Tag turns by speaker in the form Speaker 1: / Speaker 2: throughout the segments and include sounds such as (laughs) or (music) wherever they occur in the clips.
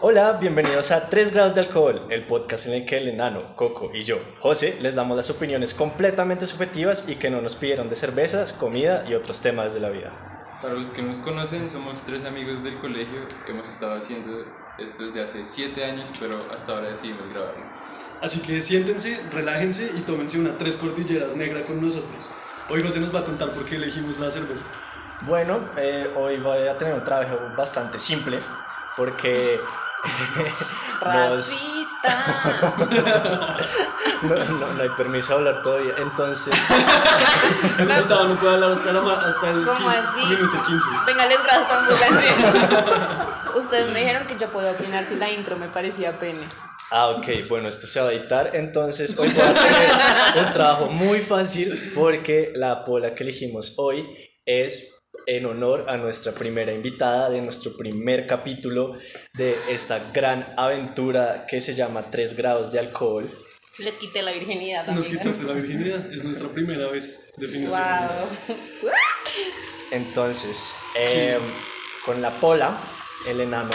Speaker 1: Hola, bienvenidos a 3 grados de alcohol, el podcast en el que el enano, Coco y yo, José, les damos las opiniones completamente subjetivas y que no nos pidieron de cervezas, comida y otros temas de la vida.
Speaker 2: Para los que nos conocen, somos tres amigos del colegio. Hemos estado haciendo esto desde hace siete años, pero hasta ahora decidimos grabarlo.
Speaker 3: Así que siéntense, relájense y tómense una tres cordilleras negra con nosotros. Hoy José nos va a contar por qué elegimos la cerveza.
Speaker 1: Bueno, eh, hoy voy a tener un trabajo bastante simple porque nos-
Speaker 4: Racista.
Speaker 1: no, no- no hay permiso de hablar todavía, entonces...
Speaker 3: El invitado no puede hablar hasta, la ma- hasta el
Speaker 4: ¿Cómo
Speaker 3: quin-
Speaker 4: así?
Speaker 3: minuto 15.
Speaker 4: (laughs) Venga, les gracias tan ambulancia. Ustedes me dijeron que yo puedo opinar si la intro me parecía pene.
Speaker 1: Ah, ok, bueno, esto se va a editar, entonces hoy voy a
Speaker 3: (laughs)
Speaker 1: tener un trabajo muy fácil porque la pola que elegimos hoy es en honor a nuestra primera invitada de nuestro primer capítulo de esta gran aventura que se llama 3 grados de alcohol.
Speaker 4: Les quité la virginidad.
Speaker 3: Nos
Speaker 4: amiga.
Speaker 3: quitaste la virginidad, es nuestra primera vez, definitivamente.
Speaker 4: Wow.
Speaker 1: Entonces, em, con la pola, el enano,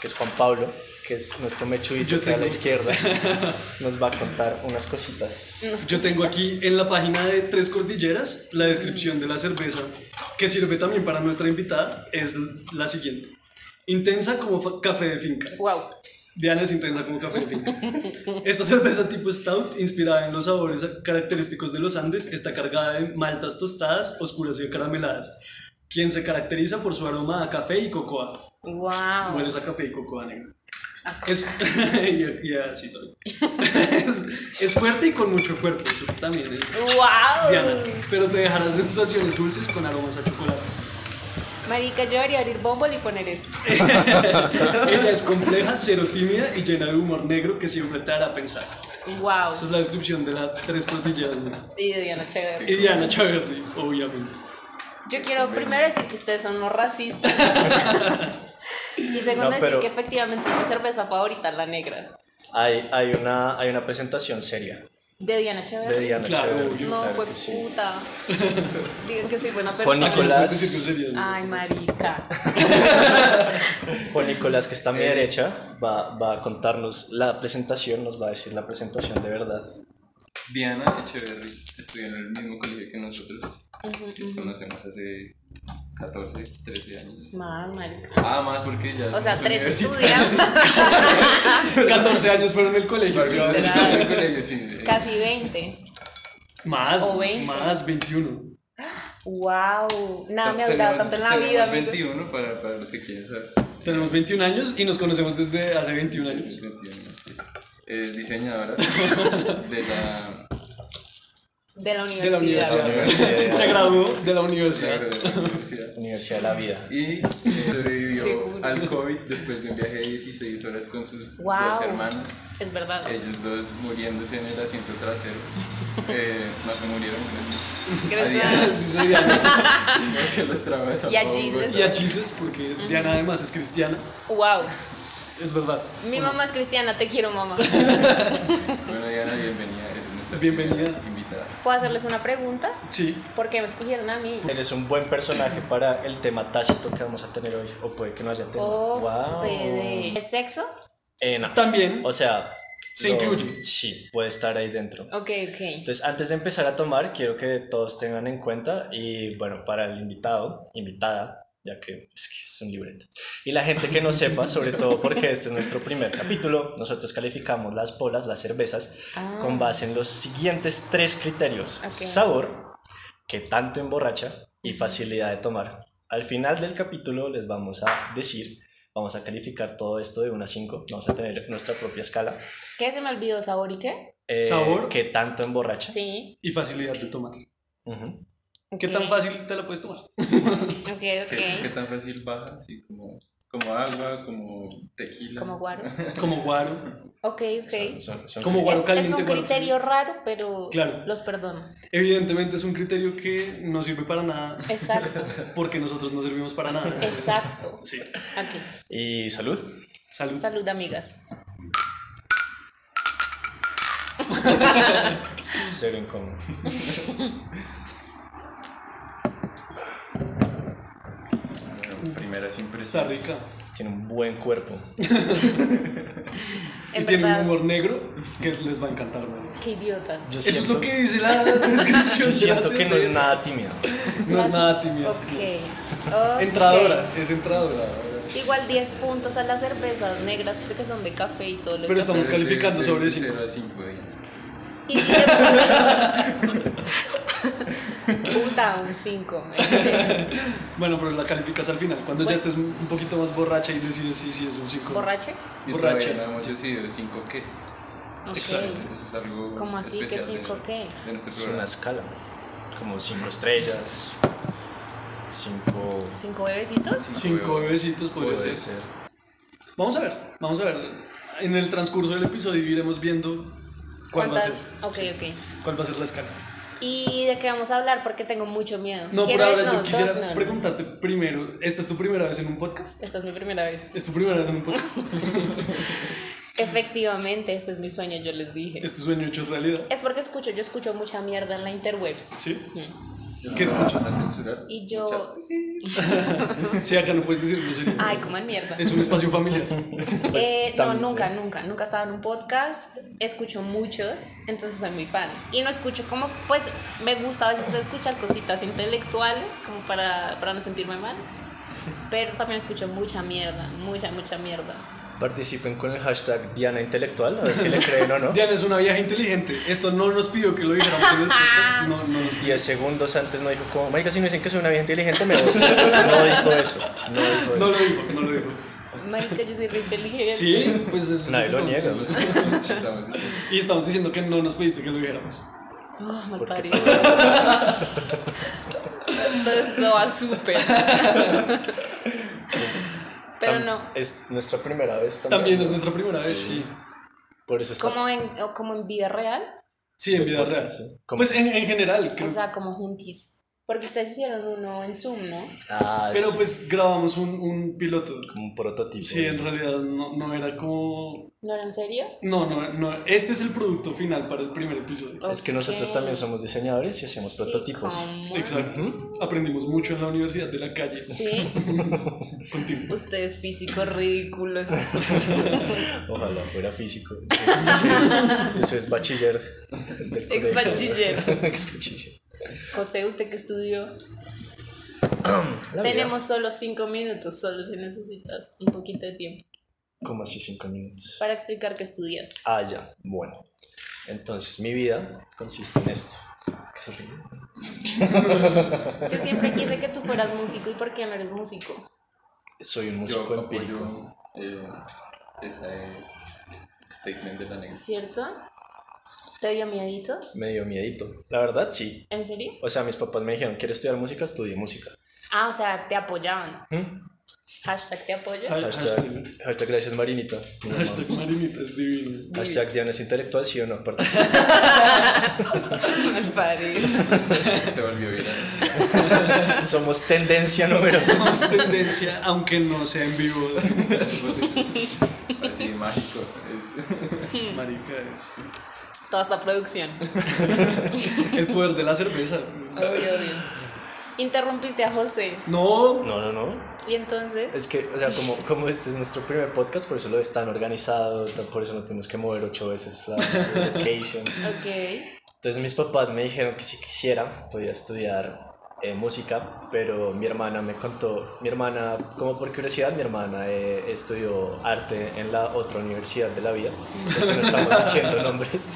Speaker 1: que es Juan Pablo, que es nuestro mechudito
Speaker 3: Yo
Speaker 1: que está a la
Speaker 3: tengo-
Speaker 1: izquierda,
Speaker 3: (laughs)
Speaker 1: nos va a contar unas cositas.
Speaker 3: Yo tengo aquí en la página de Tres Cordilleras la descripción de la cerveza que sirve también para nuestra invitada es la siguiente. Intensa como fa- café de finca.
Speaker 4: Wow.
Speaker 3: Diana es intensa como café de finca. Esta cerveza tipo stout, inspirada en los sabores característicos de los Andes, está cargada de maltas tostadas, oscuras y acarameladas, quien se caracteriza por su aroma a café y cocoa.
Speaker 4: Wow.
Speaker 3: Hueles a café y cocoa negra.
Speaker 4: A
Speaker 3: Es, (laughs) y a- y a- sí, todo. es, es fuerte y con mucho cuerpo, eso también es.
Speaker 4: Wow.
Speaker 3: Diana, pero te dejará sensaciones dulces con aromas a chocolate.
Speaker 4: Marica, yo debería abrir Bumble y poner eso.
Speaker 3: Ella es compleja, cero tímida y llena de humor negro que siempre te hará pensar.
Speaker 4: Wow.
Speaker 3: Esa es la descripción de la Tres Cordilleras Negra.
Speaker 4: Y de Diana Chévere.
Speaker 3: Y Diana Chaverdi, obviamente.
Speaker 4: Yo quiero primero decir que ustedes son
Speaker 3: (laughs)
Speaker 4: no racistas. y segundo
Speaker 1: No,
Speaker 4: decir
Speaker 1: pero-
Speaker 4: que efectivamente es mi cerveza favorita, la negra.
Speaker 1: Hay, hay, una, hay una presentación seria
Speaker 4: De Diana Chévere.
Speaker 1: de Diana
Speaker 3: Claro,
Speaker 1: Chévere.
Speaker 3: obvio.
Speaker 4: No,
Speaker 1: Claro
Speaker 4: pues
Speaker 1: que sí.
Speaker 4: puta. Digan que soy buena
Speaker 1: Juan
Speaker 4: persona.
Speaker 3: Aquí no
Speaker 1: Nicolás.
Speaker 3: puedes decir groserías, ¿no?
Speaker 4: Ay, marica.
Speaker 1: Juan Nicolás, que está a mi derecha, va, va a contarnos la presentación, nos va a decir la presentación de verdad.
Speaker 2: Diana Echeverry estudió en el mismo colegio que nosotros. Nos conocemos hace 14, 13 años.
Speaker 4: Más, marica.
Speaker 2: Ah, más porque ya.
Speaker 4: O sea,
Speaker 2: somos
Speaker 4: tres
Speaker 2: (laughs) universitarios.
Speaker 4: estudian,
Speaker 3: 14 años fueron en el colegio.
Speaker 2: Porque ahora
Speaker 3: claro.
Speaker 2: estamos en el colegio, sí. eh,
Speaker 4: (laughs) casi 20.
Speaker 3: Más,
Speaker 4: O 20.
Speaker 3: más 21.
Speaker 4: Wow. Nada me ha
Speaker 2: tenemos-
Speaker 4: durado tanto en la
Speaker 2: tenemos
Speaker 4: vida, amigos.
Speaker 2: 21 para, para los que quieren saber.
Speaker 3: Tenemos 21 años y nos conocemos desde hace 21 años.
Speaker 2: 21, sí. Es
Speaker 4: (laughs)
Speaker 2: diseñadora de la.
Speaker 4: De la
Speaker 3: De la
Speaker 4: universidad.
Speaker 3: universidad.
Speaker 1: universidad.
Speaker 3: (laughs) Se graduó de la
Speaker 2: de la
Speaker 3: universidad.
Speaker 2: universidad.
Speaker 1: Universidad de la Vida.
Speaker 2: y eh, sobrevivió
Speaker 4: Seguro.
Speaker 2: al COVID después de un viaje de 16 horas con sus
Speaker 4: Wow.
Speaker 2: dos hermanos.
Speaker 4: Es verdad.
Speaker 2: Ellos dos muriéndose en el asiento
Speaker 4: (laughs)
Speaker 2: trasero. Eh, no se murieron, gracias.
Speaker 3: (laughs)
Speaker 4: Gracias.
Speaker 3: Sí, soy Diana.
Speaker 2: Que los trabas
Speaker 4: Y a Jesus.
Speaker 3: Y a Jesus, porque Diana además es cristiana.
Speaker 4: Wow.
Speaker 3: Es verdad.
Speaker 4: Mi mamá es cristiana, te quiero, mamá.
Speaker 2: Bueno, Diana, bienvenida. Eres nuestra
Speaker 3: Bienvenida.
Speaker 2: primera invitada.
Speaker 4: ¿Puedo hacerles una pregunta?
Speaker 3: Sí.
Speaker 4: ¿Por qué me escogieron a mí?
Speaker 1: Eres un buen personaje para el tema tácito que vamos a tener hoy, o puede que no haya tema.
Speaker 4: O
Speaker 1: Guau.
Speaker 4: PD. ¿Es sexo?
Speaker 1: Eh, no.
Speaker 3: También.
Speaker 1: O sea,
Speaker 3: Se incluye.
Speaker 1: Sí, puede estar ahí dentro.
Speaker 4: Ok, ok.
Speaker 1: Entonces, antes de empezar a tomar, quiero que todos tengan en cuenta, y bueno, para el invitado, invitada, ya que es, que es un libreto, y la gente que no sepa, sobre todo porque este es nuestro primer capítulo, nosotros calificamos las polas, las cervezas,
Speaker 4: Ah.
Speaker 1: con base en los siguientes tres criterios.
Speaker 4: Ok.
Speaker 1: Sabor, que tanto emborracha, y facilidad de tomar. Al final del capítulo les vamos a decir, vamos a calificar todo esto de 1 a 5, vamos a tener nuestra propia escala.
Speaker 4: Ah. ¿Qué se me olvidó? ¿Sabor y qué?
Speaker 1: eh,
Speaker 3: Sabor.
Speaker 1: Que tanto emborracha.
Speaker 4: Sí.
Speaker 3: Y facilidad de tomar.
Speaker 1: Ujú.
Speaker 3: ¿Qué
Speaker 4: Ok.
Speaker 3: tan fácil te la puedes tomar?
Speaker 4: Ok,
Speaker 2: ¿Qué, qué
Speaker 4: ok.
Speaker 2: tan fácil baja? Así como, como agua, como tequila.
Speaker 4: Como guaro.
Speaker 3: Como guaro.
Speaker 4: Ok,
Speaker 1: Son-
Speaker 4: ok.
Speaker 1: son- son
Speaker 3: Como guaro
Speaker 4: Es, es
Speaker 3: caliente,
Speaker 4: un
Speaker 3: guaro frío.
Speaker 4: criterio raro, pero
Speaker 3: Claro.
Speaker 4: los perdono.
Speaker 3: Evidentemente es un criterio que no sirve para nada (laughs)
Speaker 4: Exacto,
Speaker 3: porque nosotros no servimos para nada.
Speaker 4: (laughs) exacto.
Speaker 3: Sí.
Speaker 4: Aquí.
Speaker 1: Y salud.
Speaker 3: Salud.
Speaker 4: Salud, amigas.
Speaker 1: Cero incómodo.
Speaker 2: Bueno, primeras
Speaker 3: Está
Speaker 2: impresiones.
Speaker 3: rica.
Speaker 1: (laughs) Tiene un buen cuerpo.
Speaker 3: Y
Speaker 4: En
Speaker 3: tiene un
Speaker 4: verdad,
Speaker 3: humor negro que les va a encantar, marica.
Speaker 4: Qué idiotas.
Speaker 1: Yo
Speaker 3: Eso es
Speaker 1: siento-
Speaker 3: lo que dice la (laughs) descripción.
Speaker 1: Yo
Speaker 3: de la
Speaker 1: siento que no es
Speaker 3: cerveza.
Speaker 1: nada tímido.
Speaker 3: No es nada tímida.
Speaker 4: Ok. ok.
Speaker 3: Entradora, es entradora.
Speaker 4: Igual 10 puntos a las cervezas negras porque son de café y todo lo
Speaker 3: Pero
Speaker 4: que
Speaker 3: estamos
Speaker 4: ofrece.
Speaker 3: calificando sobre
Speaker 2: 0
Speaker 3: cinco.
Speaker 2: a 5 ahí.
Speaker 4: Y si de
Speaker 3: (laughs)
Speaker 4: pronto- Puta, un 5.
Speaker 3: Bueno, pero la calificas al final, cuando ya
Speaker 4: Bueno.
Speaker 3: estés un poquito más borracha y decides si, si es un 5.
Speaker 4: ¿Borrache?
Speaker 2: Yo
Speaker 3: Borracho.
Speaker 2: todavía no hemos decidido 5 qué.
Speaker 4: Ok.
Speaker 2: Eso es algo.
Speaker 4: ¿Cómo así que
Speaker 2: especial de-
Speaker 4: cinco qué?
Speaker 2: De nuestro
Speaker 1: Es una
Speaker 2: programa.
Speaker 1: escala. Como cinco estrellas. Cinco.
Speaker 4: ¿Cinco bebecitos?
Speaker 3: 5 bebecitos podría
Speaker 1: Puede
Speaker 3: ser.
Speaker 1: ser.
Speaker 3: Vamos a ver, vamos a ver. En el transcurso del episodio iremos viendo cuál va a ser,
Speaker 4: ¿Cuántas? Ok, ok.
Speaker 3: cuál va a ser la escala.
Speaker 4: ¿Y de qué vamos a hablar? Porque tengo mucho miedo.
Speaker 3: No, por
Speaker 4: ¿Quieres?
Speaker 3: ahora
Speaker 4: No,
Speaker 3: yo
Speaker 4: to-
Speaker 3: quisiera
Speaker 4: no, no.
Speaker 3: preguntarte primero, ¿esta es tu primera vez en un podcast?
Speaker 4: Esta es mi primera vez.
Speaker 3: ¿Es tu primera vez en un
Speaker 4: (laughs)
Speaker 3: podcast?
Speaker 4: Efectivamente, esto es mi sueño, yo les dije.
Speaker 3: ¿Es tu sueño hecho realidad?
Speaker 4: Es porque escucho, yo escucho mucha mierda en la interwebs.
Speaker 3: ¿Sí?
Speaker 4: Mm.
Speaker 3: ¿Qué escuchas?
Speaker 2: ¿Vas a censurar?
Speaker 4: Y yo,
Speaker 3: Sí, acá no puedes decir grosería.
Speaker 4: ay, coman mierda.
Speaker 3: Es un espacio familiar.
Speaker 1: Pues,
Speaker 4: Eh, no,
Speaker 1: tam-
Speaker 4: nunca, nunca, nunca estaba en un podcast. Escucho muchos, entonces soy muy fan. Y no escucho como, pues, me gusta a veces escuchar cositas intelectuales, como para, para no sentirme mal. Pero también escucho mucha mierda, mucha, mucha mierda.
Speaker 1: Participen con el hashtag Diana Intelectual, a ver si le creen o
Speaker 3: (laughs)
Speaker 1: no.
Speaker 3: Diana es una vieja inteligente. Esto no nos pidió que lo
Speaker 4: (laughs)
Speaker 3: dijéramos en el
Speaker 4: Ah.
Speaker 3: podcast. No, no nos pidió.
Speaker 1: 10 segundos antes no dijo como, marica, si me dicen que soy una vieja inteligente, me voy. No dijo eso, no dijo eso.
Speaker 3: No lo digo, no lo digo.
Speaker 4: Marica, yo soy re inteligente.
Speaker 3: Sí, pues eso es
Speaker 1: Nadie
Speaker 3: que
Speaker 1: lo
Speaker 3: estamos
Speaker 1: niega.
Speaker 3: diciendo.
Speaker 4: (laughs)
Speaker 3: Y estamos diciendo que no nos pediste que lo dijéramos.
Speaker 4: Oh, mal parido. Entonces todo va súper. Pero
Speaker 1: Pues, Tam-
Speaker 4: no.
Speaker 1: Es nuestra primera vez también.
Speaker 3: También es nuestra primera vez, sí.
Speaker 1: Por eso está.
Speaker 4: Como en, o como en vida real,
Speaker 3: Sí, en vida real.
Speaker 1: Sí. ¿Cómo?
Speaker 3: Pues en, en general, creo.
Speaker 4: o sea, como juntis. Porque ustedes hicieron uno en Zoom, ¿no?
Speaker 1: Ah, es
Speaker 3: Pero pues grabamos un, un piloto.
Speaker 1: como un prototipo.
Speaker 3: Sí, en realidad no, no era como...
Speaker 4: ¿No era en serio?
Speaker 3: No, no, no. Este es el producto final para el primer episodio.
Speaker 1: Es que nosotros
Speaker 4: Ok.
Speaker 1: también somos diseñadores y hacemos
Speaker 4: Sí,
Speaker 1: prototipos.
Speaker 4: ¿cómo?
Speaker 3: Exacto. Aprendimos mucho en la universidad de la calle.
Speaker 4: Sí,
Speaker 3: Contigo.
Speaker 4: ustedes físicos
Speaker 1: (laughs)
Speaker 4: ridículos.
Speaker 1: Ojalá fuera físico. (laughs) Eso es, bachiller. del colegio.
Speaker 4: (laughs) Ex bachiller.
Speaker 1: (laughs) Ex bachiller.
Speaker 4: José, ¿usted qué estudió?
Speaker 1: La vida.
Speaker 4: Tenemos solo cinco minutos, solo si necesitas un poquito de tiempo
Speaker 1: Como así cinco minutos.
Speaker 4: para explicar qué estudiaste.
Speaker 1: Ah, ya. Bueno. Entonces, mi vida consiste en esto. ¿Qué se ríe?
Speaker 4: Yo siempre quise que tú fueras músico y por qué no eres músico.
Speaker 1: Soy un
Speaker 2: Yo
Speaker 1: músico empírico.
Speaker 2: apoyo eh, ese statement de la negra.
Speaker 4: ¿Cierto? ¿Te dio miedito?
Speaker 1: Me dio miedito. La verdad, sí.
Speaker 4: ¿En serio?
Speaker 1: O sea, mis papás me dijeron, ¿quieres estudiar música? Estudié música.
Speaker 4: Ah, o sea, te apoyaban.
Speaker 1: ¿Mm?
Speaker 4: Hashtag te apoyo.
Speaker 1: Hashtag,
Speaker 3: Hashtag,
Speaker 1: hashtag gracias Marinita. Mi mamá.
Speaker 3: hashtag Marinita es divino.
Speaker 1: Hashtag Diana es intelectual, sí o no. Aparte, (laughs)
Speaker 2: Se volvió viral.
Speaker 1: somos tendencia número uno.
Speaker 3: Más tendencia, aunque no sea en vivo.
Speaker 2: Así mágico. Es,
Speaker 3: Marica, es
Speaker 4: (laughs) Toda esta producción.
Speaker 3: el poder de la cerveza.
Speaker 4: Obvio, obvio. Interrumpiste a José.
Speaker 3: No,
Speaker 1: No, no, no.
Speaker 4: Y entonces.
Speaker 1: Es que, o sea, como, como este es nuestro primer podcast, por eso lo es tan organizado, tan- por eso no tenemos que mover ocho veces la location.
Speaker 4: Ok.
Speaker 1: Entonces mis papás me dijeron que si quisiera podía estudiar eh, música, pero mi hermana me contó, mi hermana, como por curiosidad, mi hermana eh, estudió arte en la otra universidad de la vida, porque no estamos diciendo (laughs) nombres,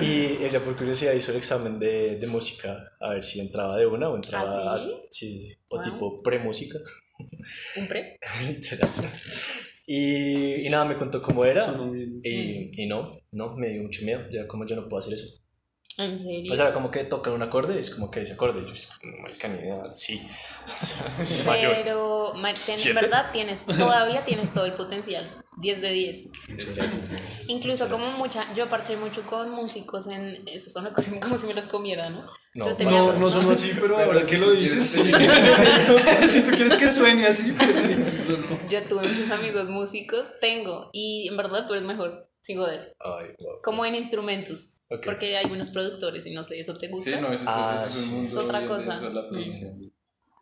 Speaker 1: y ella por curiosidad hizo el examen de, de música, a ver si entraba de una o entraba,
Speaker 4: ¿Ah, sí?
Speaker 1: a- sí, sí, o
Speaker 4: Wow.
Speaker 1: tipo pre-música,
Speaker 4: ¿Un pre?
Speaker 1: literal. (laughs) Y, y nada, me contó cómo era.
Speaker 3: sonó bien.
Speaker 1: Y, y no, no, me dio mucho miedo. Ya como yo no puedo hacer eso.
Speaker 4: ¿En serio?
Speaker 1: O sea, como que tocan un acorde y es como que ese acorde. Yo, marica, ni idea, sí. O sea, mayor.
Speaker 4: Pero, ma- ten- en
Speaker 1: Siete.
Speaker 4: verdad, tienes, todavía tienes todo el potencial. 10 de 10. Incluso como mucha, yo parché mucho con músicos en, eso son como, como si me los comiera, ¿no?
Speaker 1: No,
Speaker 4: Yo tenía-
Speaker 3: No, no sonó así, pero ahora que lo dices, sí. si tú quieres que suene así, pues sí, sí sonó.
Speaker 4: Yo tuve muchos amigos músicos, tengo, y en verdad tú eres mejor, sin joder.
Speaker 1: Ay, wow.
Speaker 4: Como en instrumentos,
Speaker 1: Ok.
Speaker 4: porque hay buenos productores y no sé, ¿eso te gusta?
Speaker 2: sí, no, eso, es-
Speaker 1: Ah,
Speaker 2: eso es un
Speaker 1: sí.
Speaker 2: mundo.
Speaker 4: Es otra
Speaker 2: bien
Speaker 4: cosa. Mm.
Speaker 2: denso, la producción.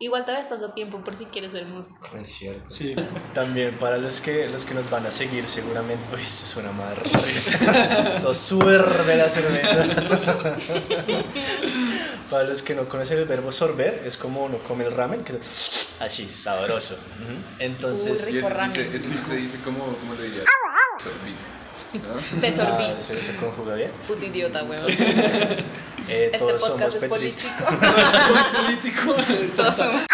Speaker 4: Igual todavía estás a tiempo por si quieres ser músico.
Speaker 1: (laughs) Es cierto.
Speaker 3: Sí.
Speaker 1: También para los que, los que nos van a seguir, seguramente. Uy, eso suena más
Speaker 4: (laughs)
Speaker 1: raro. Eso suerve la cerveza. (laughs) para los que no conocen el verbo sorber, es como uno come el ramen, que es así, sabroso. Ujú. Entonces.
Speaker 4: Uy,
Speaker 2: Y eso
Speaker 4: Rico
Speaker 2: sí
Speaker 4: ramen.
Speaker 2: se, eso sí se dice como, ¿cómo le diría? Sorbí. ¿no?
Speaker 4: Te sorbí.
Speaker 1: ah, ¿se, se conjuga bien.
Speaker 4: Puto idiota, weón.
Speaker 1: Eh,
Speaker 4: Este
Speaker 1: todos somos
Speaker 4: podcast es
Speaker 1: petristas.
Speaker 4: político.
Speaker 3: Somos políticos.
Speaker 4: (laughs) Todos somos.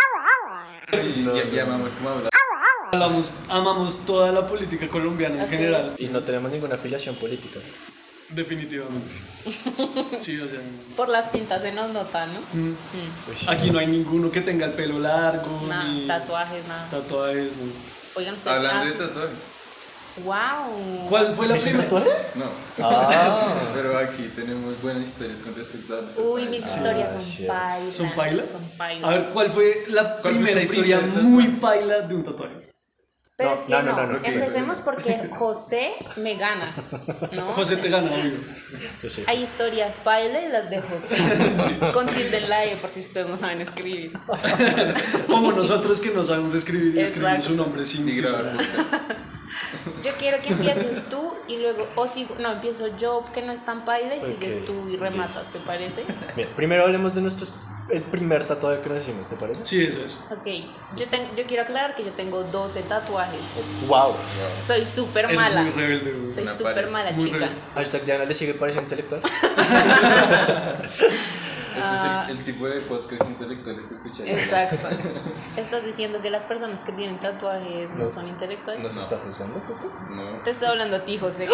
Speaker 2: Y, y, y amamos como hablar.
Speaker 4: Ah,
Speaker 3: Hablamos- amamos toda la política colombiana en
Speaker 4: Ok.
Speaker 3: general.
Speaker 1: Y no tenemos ninguna afiliación política.
Speaker 3: Definitivamente. Sí, o sea. mm,
Speaker 4: Por las pintas se nos nota, ¿no?
Speaker 1: Uy,
Speaker 3: Aquí no hay ninguno que tenga el pelo largo,
Speaker 4: Nada,
Speaker 3: ni
Speaker 4: tatuajes, nada.
Speaker 3: tatuajes, no.
Speaker 4: Oigan, ustedes.
Speaker 2: Hablando de
Speaker 4: hacen-
Speaker 2: tatuajes.
Speaker 4: ¡Wow!
Speaker 3: ¿Cuál fue la
Speaker 1: ¿Sí
Speaker 3: primera?
Speaker 1: tatuaje?
Speaker 2: No.
Speaker 1: Ah,
Speaker 2: (laughs) Pero aquí tenemos buenas historias con respecto a los
Speaker 4: Uy,
Speaker 2: tatuajes.
Speaker 4: mis
Speaker 1: Ah,
Speaker 4: historias son
Speaker 1: cierto.
Speaker 4: pailas.
Speaker 3: ¿Son pailas?
Speaker 4: Son pailas.
Speaker 3: A ver, ¿cuál fue la
Speaker 2: ¿Cuál fue
Speaker 3: primera
Speaker 2: tu
Speaker 3: historia
Speaker 2: primer
Speaker 3: muy paila de un tatuaje?
Speaker 4: Pero
Speaker 1: No,
Speaker 4: es que
Speaker 1: no,
Speaker 4: no,
Speaker 1: no, no, no,
Speaker 2: ok.
Speaker 4: empecemos porque José me gana, ¿no?
Speaker 3: (laughs) José te gana, amigo.
Speaker 1: yo sí.
Speaker 4: Hay historias paile y las de José. Con tilde en la E, por si ustedes no saben escribir.
Speaker 3: Como nosotros que no sabemos escribir y escribir
Speaker 4: Exacto.
Speaker 3: su nombre sin
Speaker 2: Y grabar podcast.
Speaker 4: Yo quiero que empieces tú y luego, o sigo, no, empiezo yo que no es tan paile y sigues
Speaker 1: Ok,
Speaker 4: tú y rematas, ¿te parece?
Speaker 1: Bien, primero hablemos de nuestros. El primer tatuaje que nos hicimos, ¿te parece?
Speaker 3: Sí, eso es.
Speaker 4: Ok, yo, ten- yo quiero aclarar que yo tengo 12 tatuajes.
Speaker 1: ¡Wow!
Speaker 4: Soy súper
Speaker 3: Eres
Speaker 4: mala.
Speaker 3: muy rebelde, güey.
Speaker 4: Soy
Speaker 2: Una
Speaker 4: súper
Speaker 2: pared.
Speaker 4: mala
Speaker 3: Muy
Speaker 4: chica.
Speaker 3: rebelde.
Speaker 1: Hashtag Diana le sigue pareciendo intelectual.
Speaker 2: Este es el, el tipo de podcast intelectuales que escuchan.
Speaker 4: Ah. Exacto. Estás diciendo que las personas que tienen tatuajes no son
Speaker 1: (laughs)
Speaker 4: intelectuales.
Speaker 1: ¿Nos está juzgando, Coco?
Speaker 2: No.
Speaker 4: Te estoy hablando a ti, José.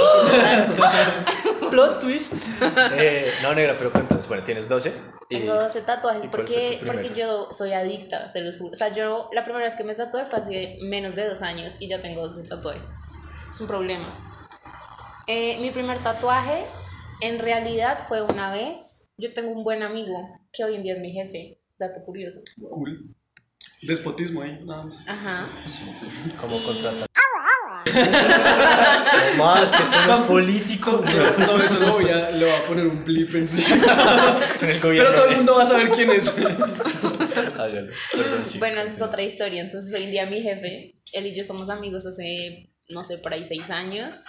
Speaker 1: Plot (laughs) twist. Eh, no, negra, pero cuéntanos. Bueno, tienes 12. Y
Speaker 4: Tengo 12 tatuajes
Speaker 1: Eh, ¿y cuál
Speaker 4: porque,
Speaker 1: fue tu
Speaker 4: porque
Speaker 1: primero?
Speaker 4: yo soy adicta, se los juro. O sea, yo la primera vez que me tatué fue hace menos de dos años y ya tengo 12 tatuajes. Es un problema. Eh, mi primer tatuaje en realidad fue una vez. Yo tengo un buen amigo que hoy en día es mi jefe. Dato curioso.
Speaker 3: Cool. Despotismo ahí, nada más.
Speaker 4: Ajá.
Speaker 1: ¿Cómo
Speaker 4: Y- (laughs)
Speaker 1: contratar? (laughs) No más, que esto no es político. güey.
Speaker 3: (laughs) Todo eso lo voy a, le voy a poner un blip encima.
Speaker 1: En el
Speaker 3: (laughs) Pero
Speaker 1: gobierno.
Speaker 3: todo el mundo va a saber quién es. (laughs)
Speaker 1: Hágalo. Perdón, sí.
Speaker 4: Bueno, esa es otra historia. Entonces, hoy en día mi jefe, él y yo somos amigos hace, no sé, por ahí seis años.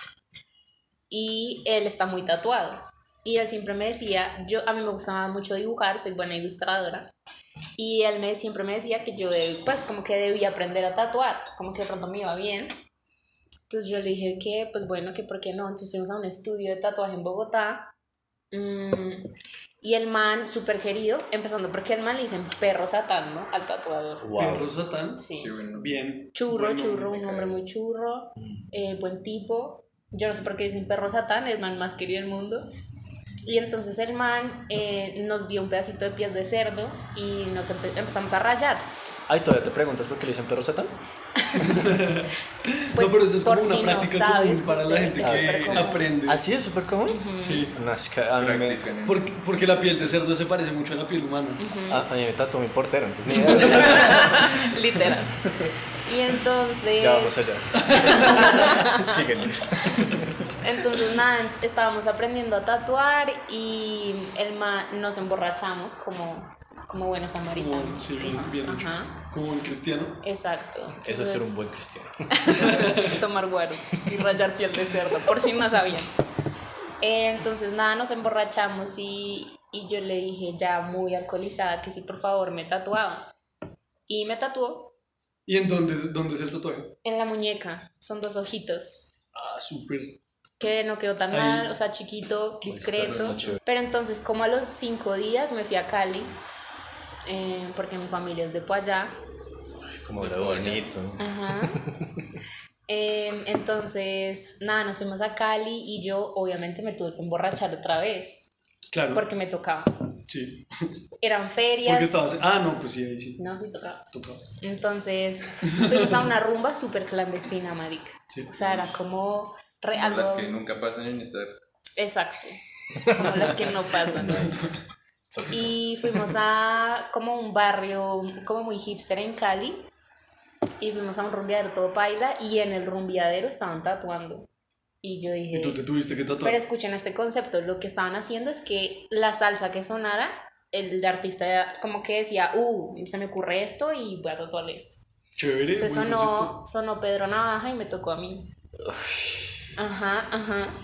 Speaker 4: Y él está muy tatuado. Y él siempre me decía, yo a mí me gustaba mucho dibujar, soy buena ilustradora. Y él me, siempre me decía que yo, deb- pues, como que debía aprender a tatuar, como que de pronto me iba bien. Entonces yo le dije que, pues bueno, que por qué no. Entonces fuimos a un estudio de tatuaje en Bogotá. Mm, y el man, súper querido, empezando porque el man le dicen perro satán, ¿no? Al tatuador.
Speaker 1: Wow.
Speaker 3: Perro Satán.
Speaker 4: Sí.
Speaker 2: Sí, bueno.
Speaker 3: Bien.
Speaker 4: Churro,
Speaker 3: Buen
Speaker 4: churro,
Speaker 3: hombre.
Speaker 4: un hombre muy churro, eh, buen tipo. Yo no sé por qué dicen perro satán, el man más querido del mundo. Y entonces el man eh, nos dio un pedacito de piel de cerdo y nos empe- empezamos a rayar.
Speaker 1: Ay, todavía te preguntas por qué le dicen perro satán.
Speaker 4: Pues,
Speaker 3: no, pero eso es
Speaker 4: por
Speaker 3: como una
Speaker 4: si no
Speaker 3: práctica
Speaker 4: sabes,
Speaker 3: común para
Speaker 4: pues,
Speaker 3: la
Speaker 4: sí,
Speaker 3: gente
Speaker 4: es
Speaker 3: que
Speaker 4: súper común.
Speaker 3: aprende.
Speaker 1: Así es súper común.
Speaker 3: Sí.
Speaker 1: No, es que a mí me.
Speaker 2: Practican en-
Speaker 3: Porque, porque la piel de cerdo se parece mucho a la piel humana.
Speaker 1: A, a mí me tatuó mi portero, entonces ni
Speaker 4: (laughs)
Speaker 1: idea.
Speaker 4: Literal. Y entonces...
Speaker 1: Ya vamos allá.
Speaker 4: (laughs)
Speaker 1: Síguenos.
Speaker 4: Entonces, nada, estábamos aprendiendo a tatuar y el ma nos emborrachamos como, como buenos
Speaker 3: Como,
Speaker 4: samaritanos.
Speaker 3: sí,
Speaker 4: que somos.
Speaker 3: bien dicho.
Speaker 4: Ajá,
Speaker 3: Como un cristiano.
Speaker 4: exacto.
Speaker 1: Eso es ser un
Speaker 4: Entonces,
Speaker 1: buen cristiano.
Speaker 4: (laughs) tomar guaro y rayar piel de cerdo, por si no sabían. Eh, Entonces, nada, nos emborrachamos y, y yo le dije ya muy alcoholizada que si por favor me tatuaba. Y me tatuó
Speaker 3: ¿Y en dónde, dónde es el tatuaje?
Speaker 4: en la muñeca, son dos ojitos.
Speaker 3: Ah, súper.
Speaker 4: que no quedó tan
Speaker 3: Ahí.
Speaker 4: mal, o sea, chiquito,
Speaker 1: está,
Speaker 4: discreto.
Speaker 1: está chévere.
Speaker 4: Pero entonces, como a los cinco días me fui a Cali, eh, porque mi familia es de Payá.
Speaker 1: Como lo bonito.
Speaker 4: Ajá. Em, entonces, nada, nos fuimos a Cali y yo obviamente me tuve que emborrachar otra vez,
Speaker 3: Claro.
Speaker 4: porque me tocaba.
Speaker 3: sí.
Speaker 4: Eran ferias.
Speaker 3: Porque estabas. Ah, no, pues sí, ahí sí.
Speaker 4: No, sí tocaba.
Speaker 3: Tocaba.
Speaker 4: Entonces, fuimos a una rumba súper clandestina, marica.
Speaker 3: Sí.
Speaker 4: O sea, era como... Re,
Speaker 2: Como Las
Speaker 4: algo-
Speaker 2: que nunca pasan en esta.
Speaker 4: Exacto. Como las que no pasan.
Speaker 3: (laughs)
Speaker 4: Y fuimos a como un barrio como muy hipster en Cali. Y fuimos a un rumbeadero todo paila y en el rumbeadero estaban tatuando. Y yo
Speaker 3: Y tú te
Speaker 4: dije,
Speaker 3: tuviste que tatuar.
Speaker 4: pero escuchen este concepto, lo que estaban haciendo es que la salsa que sonara el artista como que decía, uh, se me ocurre esto y voy a tatuar esto.
Speaker 3: Chévere.
Speaker 4: Entonces
Speaker 3: buen concepto.
Speaker 4: sonó, sonó Pedro Navaja y me tocó a mí. Ajá,
Speaker 3: (laughs)
Speaker 4: ajá.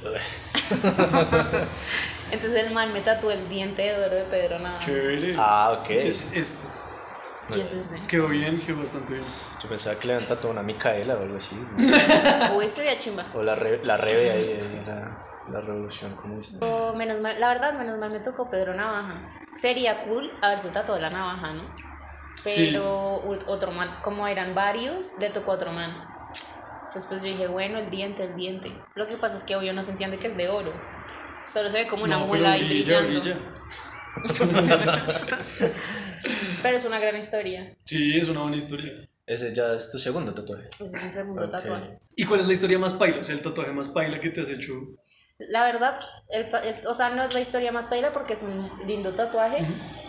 Speaker 4: Entonces el man me tatuó el diente de oro de Pedro Navaja.
Speaker 3: Chévere.
Speaker 1: Ah, ok.
Speaker 3: Es, es-
Speaker 4: Y ese
Speaker 3: (laughs)
Speaker 4: es de...
Speaker 3: quedó bien, quedó bastante bien.
Speaker 1: Yo pensaba que le habían tatuado una Micaela o algo así.
Speaker 4: Uy, eso ya chimba.
Speaker 1: O la, re- la Rebe ahí, ahí, la, la revolución comunista.
Speaker 4: O menos mal, la verdad, menos mal me tocó Pedro Navaja. Sería cool haberse tatuado la navaja, ¿no?
Speaker 3: Sí.
Speaker 4: Pero ut- otro man, como eran varios, le tocó a otro man. Entonces pues yo dije, bueno, el diente, el diente. Lo que pasa es que obvio no se entiende que es de oro. Solo se ve como una
Speaker 3: No, pero
Speaker 4: muela ahí
Speaker 3: brilla,
Speaker 4: brillando.
Speaker 3: brilla.
Speaker 4: Pero es una gran historia.
Speaker 3: Sí, es una buena historia.
Speaker 1: Ese ya es tu segundo tatuaje.
Speaker 4: Ese Pues es mi segundo
Speaker 1: Ok.
Speaker 4: tatuaje.
Speaker 3: ¿Y cuál es la historia más paila? O sea, el tatuaje más paila que te has
Speaker 4: (laughs)
Speaker 3: hecho.
Speaker 4: La verdad, el pa- el- o sea, no es la historia más paila porque es un lindo tatuaje,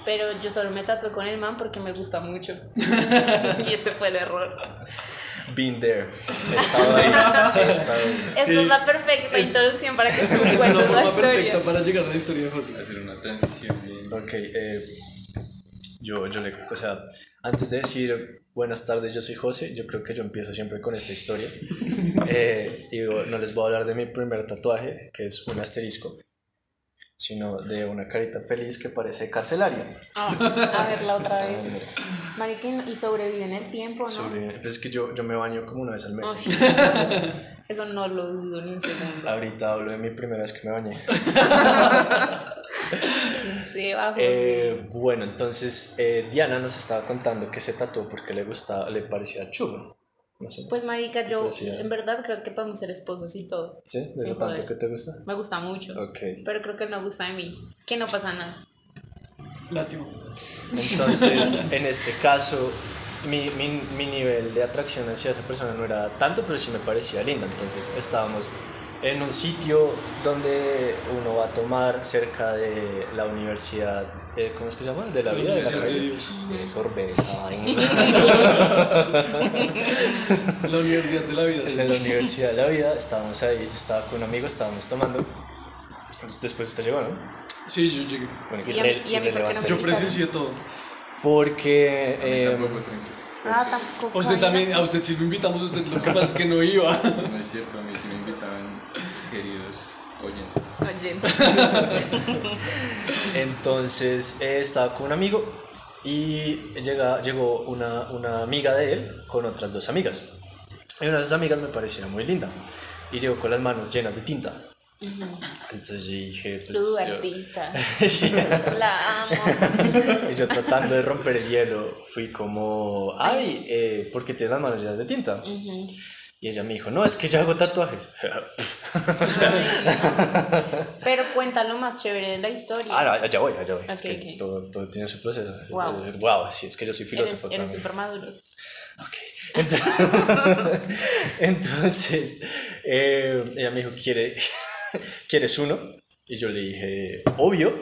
Speaker 4: pero yo solo me tatué con el man porque me gusta mucho. y ese fue el error.
Speaker 1: Been there. He estado ahí. He estado ahí.
Speaker 4: Esta
Speaker 3: Sí.
Speaker 4: es la perfecta introducción para que
Speaker 3: Es
Speaker 4: tú
Speaker 3: una
Speaker 4: cuentes la
Speaker 3: forma
Speaker 4: historia.
Speaker 3: perfecta para llegar a la historia de José.
Speaker 2: Hacer una transición bien.
Speaker 1: Ok, eh, yo, yo le, o sea, antes de decir buenas tardes, yo soy José, yo creo que yo empiezo siempre con esta historia. Eh, y digo, no les voy a hablar de mi primer tatuaje, que es un asterisco, sino de una carita feliz que parece carcelaria.
Speaker 4: A verla
Speaker 1: Ah,
Speaker 4: otra vez. Mariquín, y sobrevive en el tiempo, ¿no?
Speaker 1: Sobre- pues es que yo, yo me baño como una vez al mes. (laughs)
Speaker 4: Ay, Eso no lo dudo ni un segundo.
Speaker 1: Ahorita hablo de mi primera vez que me bañé.
Speaker 4: ¿Quién se va, José?
Speaker 1: Eh, bueno, entonces eh, Diana nos estaba contando que se tatuó porque le gustaba, le parecía chulo. No sé.
Speaker 4: Pues marica, yo
Speaker 1: Pero sí, eh.
Speaker 4: en verdad creo que podemos ser esposos y todo.
Speaker 1: ¿Sí? ¿De
Speaker 4: sí,
Speaker 1: lo tanto
Speaker 4: joder.
Speaker 1: que te gusta?
Speaker 4: Me gusta mucho.
Speaker 1: Ok.
Speaker 4: Pero creo que no gusta de mí. Que no pasa nada.
Speaker 3: Lástima.
Speaker 1: Entonces, (laughs) en este caso, mi, mi- mi nivel de atracción hacia esa persona no era tanto, pero sí me parecía linda. Entonces, estábamos en un sitio donde uno va a tomar cerca de la universidad, eh, ¿cómo es que se llama? De la vida de la
Speaker 3: Universidad de
Speaker 1: calle.
Speaker 3: Dios.
Speaker 1: De Sorbet, esa vaina. (laughs)
Speaker 3: La universidad de la vida. sí.
Speaker 1: En (laughs) la Universidad de la Vida, estábamos ahí, yo estaba con un amigo, estábamos tomando. Pues Después usted llegó, ¿no?
Speaker 3: Sí, yo llegué.
Speaker 1: Bueno,
Speaker 4: Y a mí- y a mí, ¿por qué no me
Speaker 1: irrelevante.
Speaker 3: Yo
Speaker 4: gustaron.
Speaker 3: presencié todo.
Speaker 1: Porque. eh,
Speaker 2: Tampoco tranquilo.
Speaker 4: Ah, tampoco.
Speaker 3: A usted
Speaker 4: Marina.
Speaker 3: también, a usted sí lo invitamos, usted lo que pasa es que no iba.
Speaker 2: No es cierto, a mí sí me invitaban queridos oyentes.
Speaker 4: Oyentes.
Speaker 1: Entonces eh, estaba con un amigo y llega, llegó una, una amiga de él con otras dos amigas. Y una de esas amigas me parecía muy linda y llegó con las manos llenas de tinta. Entonces yo dije, pues. yo-
Speaker 4: Tú, artista.
Speaker 1: (laughs) Sí.
Speaker 4: La amo.
Speaker 1: y yo tratando de romper el hielo, fui como, ay, eh, ¿por qué tienes las manos llenas de tinta?
Speaker 4: Ujú.
Speaker 1: Y ella me dijo, no, es que yo hago tatuajes. (laughs)
Speaker 4: Pero cuéntalo más chévere de la historia.
Speaker 1: ah, no, allá voy, allá voy. es
Speaker 4: Ok,
Speaker 1: que
Speaker 4: ok.
Speaker 1: Todo, todo tiene su proceso.
Speaker 4: Wow.
Speaker 1: Eh, wow, sí, es que yo soy
Speaker 4: Eres,
Speaker 1: filósofo
Speaker 4: eres
Speaker 1: también.
Speaker 4: súper maduro.
Speaker 1: Ok. Entonces, (laughs) entonces, eh, ella me dijo, ¿Quiere, (laughs) ¿quieres uno? Y yo le dije, obvio.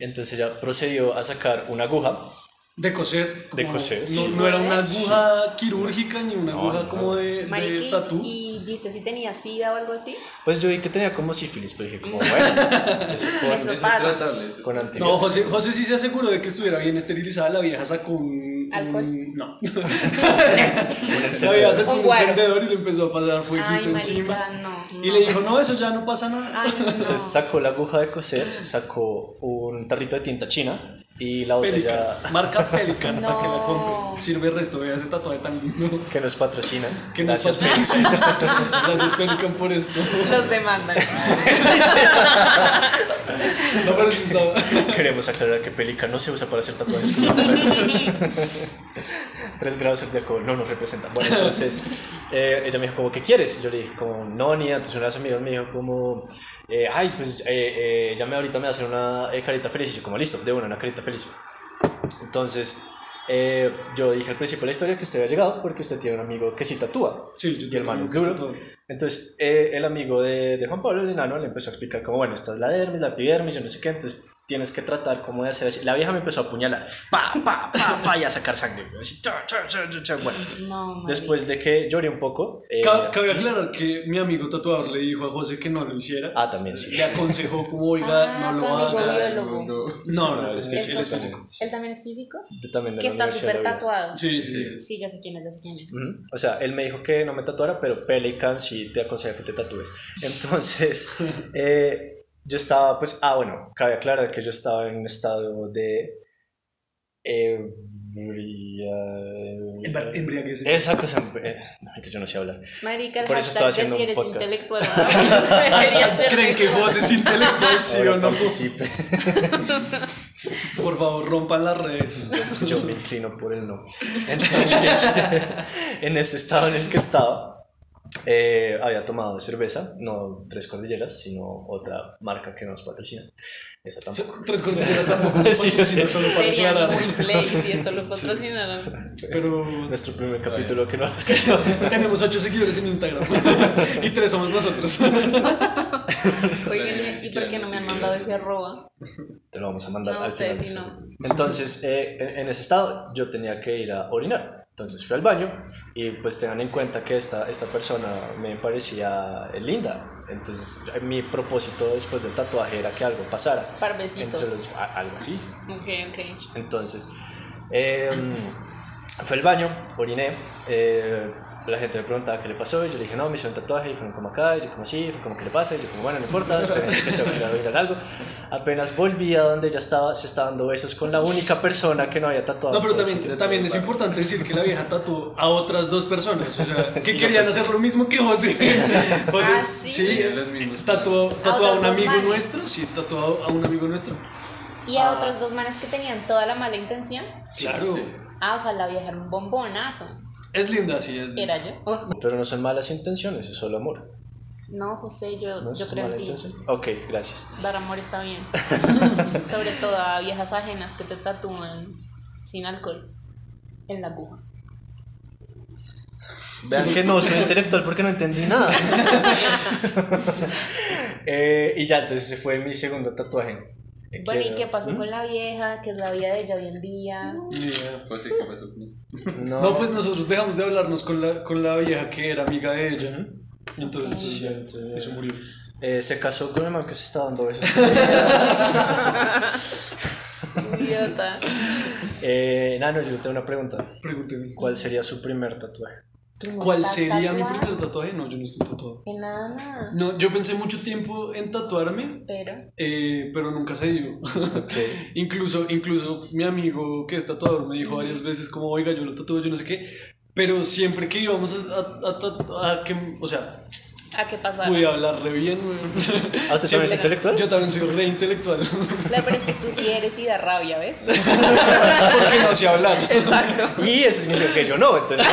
Speaker 1: Entonces ella procedió a sacar una aguja.
Speaker 3: (laughs) De coser.
Speaker 1: De
Speaker 3: como-
Speaker 1: coser,
Speaker 3: No,
Speaker 1: sí.
Speaker 3: no era una aguja quirúrgica ni una
Speaker 1: No,
Speaker 3: aguja
Speaker 1: no.
Speaker 3: como de, de
Speaker 4: Mariqui,
Speaker 3: tatú.
Speaker 4: ¿y viste si tenía sida o algo así?
Speaker 1: Pues yo vi que tenía como sífilis, pero dije, como, bueno, eso
Speaker 4: Eso
Speaker 2: Eso es
Speaker 4: pasa.
Speaker 2: tratable. eso es-
Speaker 1: con, con antibióticos.
Speaker 3: No, José, José sí se aseguró de que estuviera bien esterilizada. La vieja sacó un.
Speaker 4: ¿Alcohol?
Speaker 3: un-
Speaker 4: (laughs)
Speaker 3: no. La
Speaker 1: encendedor.
Speaker 3: vieja sacó
Speaker 4: Un
Speaker 3: un,
Speaker 4: guaro.
Speaker 3: encendedor y le empezó a pasar fueguito
Speaker 4: Ay,
Speaker 3: encima.
Speaker 4: marica, no, no. Ah.
Speaker 3: Y le dijo, no, eso ya no pasa
Speaker 1: (laughs)
Speaker 3: nada.
Speaker 4: Ay, no.
Speaker 1: Entonces sacó la aguja de coser, sacó un tarrito de tinta china y la botella
Speaker 3: Pelican. Marca Pelican para que la
Speaker 4: No.
Speaker 3: compre. Sirve el resto, vea ese tatuaje tan lindo.
Speaker 1: que nos patrocina.
Speaker 3: Que nos
Speaker 1: Gracias. pues,
Speaker 3: patrocina. (laughs) Gracias Pelican por esto.
Speaker 1: (laughs)
Speaker 4: Los demandan.
Speaker 3: No, pero sí estaba.
Speaker 1: (laughs) Queremos aclarar que pelica no se usa para hacer tatuajes. con Tres grados de alcohol no nos representa. Bueno, entonces eh, ella me dijo como, ¿qué quieres? Y yo le dije como, no, ni Entonces una de las amigas me dijo como, eh, ay, pues eh, eh, ya me ahorita me va a hacer una eh, carita feliz. Y yo como, listo, de una, una carita feliz. Entonces eh, yo dije al principio de la historia que usted había llegado porque usted tiene un amigo que sí tatúa.
Speaker 3: Sí, yo
Speaker 1: Y el man
Speaker 3: tengo
Speaker 1: es
Speaker 3: que
Speaker 1: duro.
Speaker 3: todo.
Speaker 1: Entonces, eh, el amigo de, de Juan Pablo, el enano, le empezó a explicar como, bueno, esta es la dermis, la epidermis, yo no sé qué, entonces tienes que tratar como de hacer así. La vieja me empezó a apuñalar, pa, pa, pa, pa, y a sacar sangre. güey, así, cha, cha, cha, cha, cha. Bueno,
Speaker 4: (laughs) No, marica.
Speaker 1: después de que lloré un poco. eh,
Speaker 3: Ca- Cabe aclarar que mi amigo tatuador le dijo a José que no lo hiciera.
Speaker 1: ah, también sí.
Speaker 3: Le aconsejó como, oiga,
Speaker 4: Ah,
Speaker 3: no
Speaker 4: tu
Speaker 3: lo
Speaker 4: amigo
Speaker 3: haga.
Speaker 4: vio.
Speaker 3: No, no,
Speaker 1: Él
Speaker 3: él
Speaker 1: es
Speaker 3: es físico.
Speaker 4: físico.
Speaker 3: Él es físico.
Speaker 4: ¿Él también es físico?
Speaker 1: Yo también de
Speaker 4: Que
Speaker 1: la
Speaker 4: está
Speaker 1: universidad
Speaker 4: súper
Speaker 1: lo vi.
Speaker 4: tatuado.
Speaker 3: Sí, sí, sí.
Speaker 4: Sí, ya sé quién es, ya sé quién es.
Speaker 1: Ujú. O sea, él me dijo que no me tatuara, pero Pelican sí te aconseja que te tatúes.
Speaker 4: (laughs)
Speaker 1: Entonces, eh, yo estaba, pues, ah, bueno, cabe aclarar que yo estaba en un estado de... ebria-
Speaker 3: Embra- Embriaguez.
Speaker 1: Esa cosa... eh, ay, que yo no sé hablar.
Speaker 4: Marica, el
Speaker 1: Por eso estaba
Speaker 4: hashtag de
Speaker 1: haciendo
Speaker 4: si
Speaker 1: un
Speaker 4: eres
Speaker 1: podcast.
Speaker 4: intelectual. (laughs)
Speaker 1: (laughs)
Speaker 4: Debería ser
Speaker 3: Ah, ¿Creen que
Speaker 4: mejor.
Speaker 3: José es intelectual, sí
Speaker 1: Ahora
Speaker 3: o no?
Speaker 1: participe.
Speaker 3: Por favor, rompan las redes.
Speaker 1: Yo me inclino por el no. Entonces, en ese estado en el que estaba, eh, había tomado cerveza, no tres cordilleras, sino otra marca que nos patrocina. Esa tampoco.
Speaker 3: Tres cordilleras tampoco. nos
Speaker 1: Sí, sí, sí.
Speaker 3: patrocinan, solo para
Speaker 4: Sería
Speaker 3: aclarar.
Speaker 4: muy play si esto
Speaker 1: (laughs)
Speaker 4: lo patrocinaron.
Speaker 3: Pero
Speaker 1: Nuestro primer capítulo que no alcanzó.
Speaker 3: tenemos ocho seguidores en Instagram. (laughs) Y tres somos nosotros.
Speaker 4: Oigan, ¿y por qué no me han mandado ese arroba?
Speaker 1: Te lo vamos a mandar
Speaker 4: No,
Speaker 1: al final. de
Speaker 4: ustedes sí,
Speaker 1: este
Speaker 4: no.
Speaker 1: capítulo. Entonces, eh, en en ese estado, yo tenía que ir a orinar. Entonces fui al baño y pues tengan en cuenta que esta, esta persona me parecía eh, linda. Entonces, mi propósito después del tatuaje era que algo pasara. entre
Speaker 4: Parvecitos.
Speaker 1: los- a- algo así.
Speaker 4: Ok, ok.
Speaker 1: Entonces, eh, fue al baño, oriné. eh, la gente me preguntaba qué le pasó. y Yo le dije, no, me hice un tatuaje. Y fueron como acá. y yo, como así. fue como que le pasa. y yo, como bueno, no importa. espérense que tengo que ir a orinar algo. Apenas volví a donde ya estaba, se estaba dando besos con la única persona que no había tatuado.
Speaker 3: No, pero
Speaker 1: en todo el sitio.
Speaker 3: también, también es importante decir que la vieja tatuó a otras dos personas. O sea, que querían hacer lo mismo que José. (laughs) José
Speaker 4: Ah, ¿sí?
Speaker 2: Tenían los mismos
Speaker 3: Tatuó,
Speaker 2: planes.
Speaker 3: tatuó a
Speaker 4: otros
Speaker 3: un
Speaker 4: dos
Speaker 3: amigo
Speaker 4: manes.
Speaker 3: nuestro. Sí, tatuó a un amigo nuestro.
Speaker 1: Ah.
Speaker 4: Y a otros dos manes que tenían toda la mala intención.
Speaker 3: Claro.
Speaker 2: Sí.
Speaker 4: Ah, o sea, la vieja era un bombonazo.
Speaker 3: Es linda, sí.
Speaker 1: Mm.
Speaker 3: es-
Speaker 4: Era yo. Oh,
Speaker 1: Pero no son malas intenciones, es solo amor.
Speaker 4: No, José, yo,
Speaker 1: ¿no?
Speaker 4: yo
Speaker 1: ¿Es
Speaker 4: creo
Speaker 1: mala
Speaker 4: en ti.
Speaker 1: intención? Ok, gracias.
Speaker 4: Dar amor
Speaker 1: (laughs)
Speaker 4: está bien. Sobre todo a viejas ajenas que te tatúan sin alcohol en la aguja.
Speaker 1: Vean que no soy intelectual porque no entendí nada. (laughs) Eh, y ya, entonces ese fue mi segundo tatuaje. Eh,
Speaker 4: Bueno, ¿y
Speaker 1: quiero-
Speaker 4: qué pasó con la vieja? ¿Qué es la vida de ella hoy
Speaker 1: (laughs)
Speaker 4: en día?
Speaker 3: Yeah.
Speaker 2: Pues sí, ¿qué pasó?
Speaker 1: No,
Speaker 3: No, pues nosotros dejamos de hablarnos con la, con la vieja que era amiga de ella. Entonces, pues, ya,
Speaker 1: Siente-
Speaker 3: eso murió.
Speaker 1: eh, se casó con el man que se está dando
Speaker 3: (laughs)
Speaker 1: besos.
Speaker 4: Idiota.
Speaker 1: eh, Nano, yo tengo una pregunta.
Speaker 3: Pregúnteme.
Speaker 1: ¿Cuál sería su primer tatuaje?
Speaker 4: ¿Tú no
Speaker 3: ¿Cuál
Speaker 4: estás
Speaker 3: sería mi
Speaker 4: tatuada?
Speaker 3: primer tatuaje? No, yo no estoy tatuado.
Speaker 4: En nada, nada.
Speaker 3: No, yo pensé mucho tiempo en tatuarme,
Speaker 4: Pero.
Speaker 3: eh, pero nunca se dio. incluso, incluso mi amigo que es tatuador me dijo varias veces como, oiga, yo lo tatúo, yo no sé qué. Pero siempre que íbamos a, a- a tatu- a que, o sea,
Speaker 4: ¿A qué pasaba?
Speaker 3: pude hablar re bien. weón.
Speaker 1: ¿Ah, usted también es
Speaker 3: (laughs) Siempre-
Speaker 1: intelectual?
Speaker 3: Yo también soy re intelectual. (laughs)
Speaker 4: La verdad es que tú sí eres y da rabia, ¿ves?
Speaker 3: Porque no sé hablar.
Speaker 4: Exacto.
Speaker 1: Y eso significa que yo no, entonces.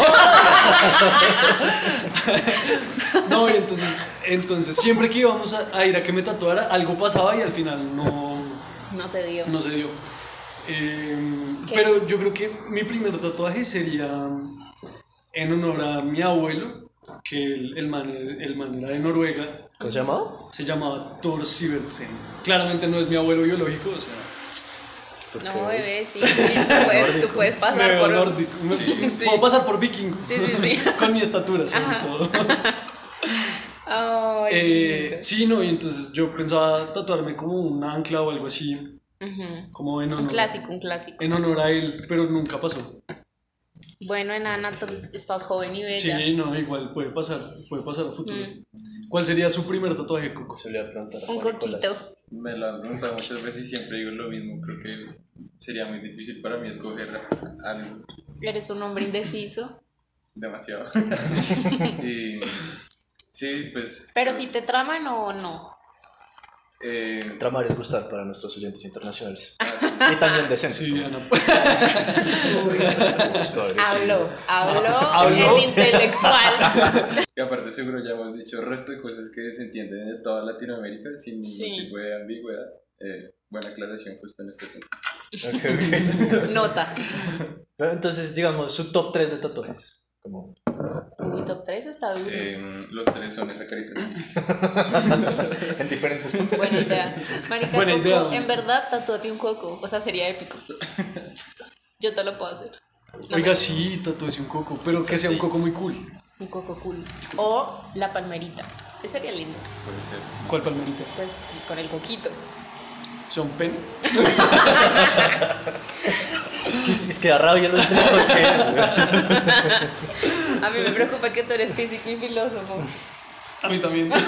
Speaker 1: ¡oh!
Speaker 3: No, y entonces, entonces siempre que íbamos a, a ir a que me tatuara, algo pasaba y al final no,
Speaker 4: No se dio.
Speaker 3: no se dio. Eh,
Speaker 4: ¿Qué?
Speaker 3: pero yo creo que mi primer tatuaje sería en honor a mi abuelo, que el, el, man, el man era de Noruega,
Speaker 1: ¿Cómo se llamaba?
Speaker 3: se llamaba Thor Sivertsen. Claramente no es mi abuelo biológico, o sea,
Speaker 4: No, bebé, sí. sí, tú, puedes, tú puedes
Speaker 3: me
Speaker 4: pasar
Speaker 3: veo
Speaker 4: por. un-
Speaker 3: nórdico. Me-
Speaker 4: Sí.
Speaker 3: Puedo pasar por vikingo,
Speaker 4: Sí, sí, sí.
Speaker 3: (laughs) con mi estatura sobre todo.
Speaker 4: (laughs) Ay,
Speaker 3: Eh, sí, no, y entonces yo pensaba tatuarme como un ancla o algo así,
Speaker 4: ujú.
Speaker 3: como en honor,
Speaker 4: Un clásico, un clásico.
Speaker 3: en honor a él, pero nunca pasó.
Speaker 4: Bueno, enana, tú estás joven y bella.
Speaker 3: Sí, no, igual puede pasar, puede pasar a futuro.
Speaker 4: Mm.
Speaker 3: ¿Cuál sería su primer tatuaje, Coco?
Speaker 1: Se le iba a preguntar a
Speaker 4: Un
Speaker 1: Juan Nicolás.
Speaker 4: coquito.
Speaker 2: Me la han preguntado muchas veces y siempre digo lo mismo. Creo que sería muy difícil para mí escoger algo
Speaker 4: Eres un hombre indeciso.
Speaker 2: demasiado. (laughs) y sí, pues.
Speaker 4: Pero si te traman o no. (laughs)
Speaker 2: eh,
Speaker 1: Tramar es gustar para nuestros oyentes internacionales.
Speaker 2: así,
Speaker 1: Y también decentes.
Speaker 3: Sí,
Speaker 1: como-
Speaker 4: (laughs)
Speaker 3: Ana.
Speaker 1: Gusto agresivo.
Speaker 4: Habló,
Speaker 3: (laughs)
Speaker 4: habló,
Speaker 3: Habló.
Speaker 4: el intelectual.
Speaker 2: y aparte, seguro ya hemos dicho el resto de cosas que se entienden de toda Latinoamérica sin ningún
Speaker 4: Sí.
Speaker 2: tipo de ambigüedad. Eh, buena aclaración justo en este punto.
Speaker 1: Ok, ok.
Speaker 4: Nota.
Speaker 1: Pero entonces, digamos, su top 3 de tatuajes. Como
Speaker 4: Mi top 3 está duro.
Speaker 2: Em, los tres son esa carita.
Speaker 1: en (laughs) diferentes puntos.
Speaker 4: Buena idea. Marica,
Speaker 3: Buena
Speaker 4: coco,
Speaker 3: idea,
Speaker 4: en verdad, tatúate un coco. O sea, sería épico. Yo te lo puedo hacer. No,
Speaker 3: Oiga, sí, tatuarse un coco, pero que sea un coco muy cool.
Speaker 4: Un coco cool. O la palmerita. Eso sería lindo.
Speaker 2: Puede ser.
Speaker 3: ¿Cuál palmerita?
Speaker 4: Pues con el coquito.
Speaker 3: ¿Son pen?
Speaker 1: Es que, es que da rabia Este los tres toques. güey.
Speaker 4: A mí me preocupa que tú eres físico y
Speaker 3: (laughs)
Speaker 4: filósofo.
Speaker 3: A mí también. (laughs)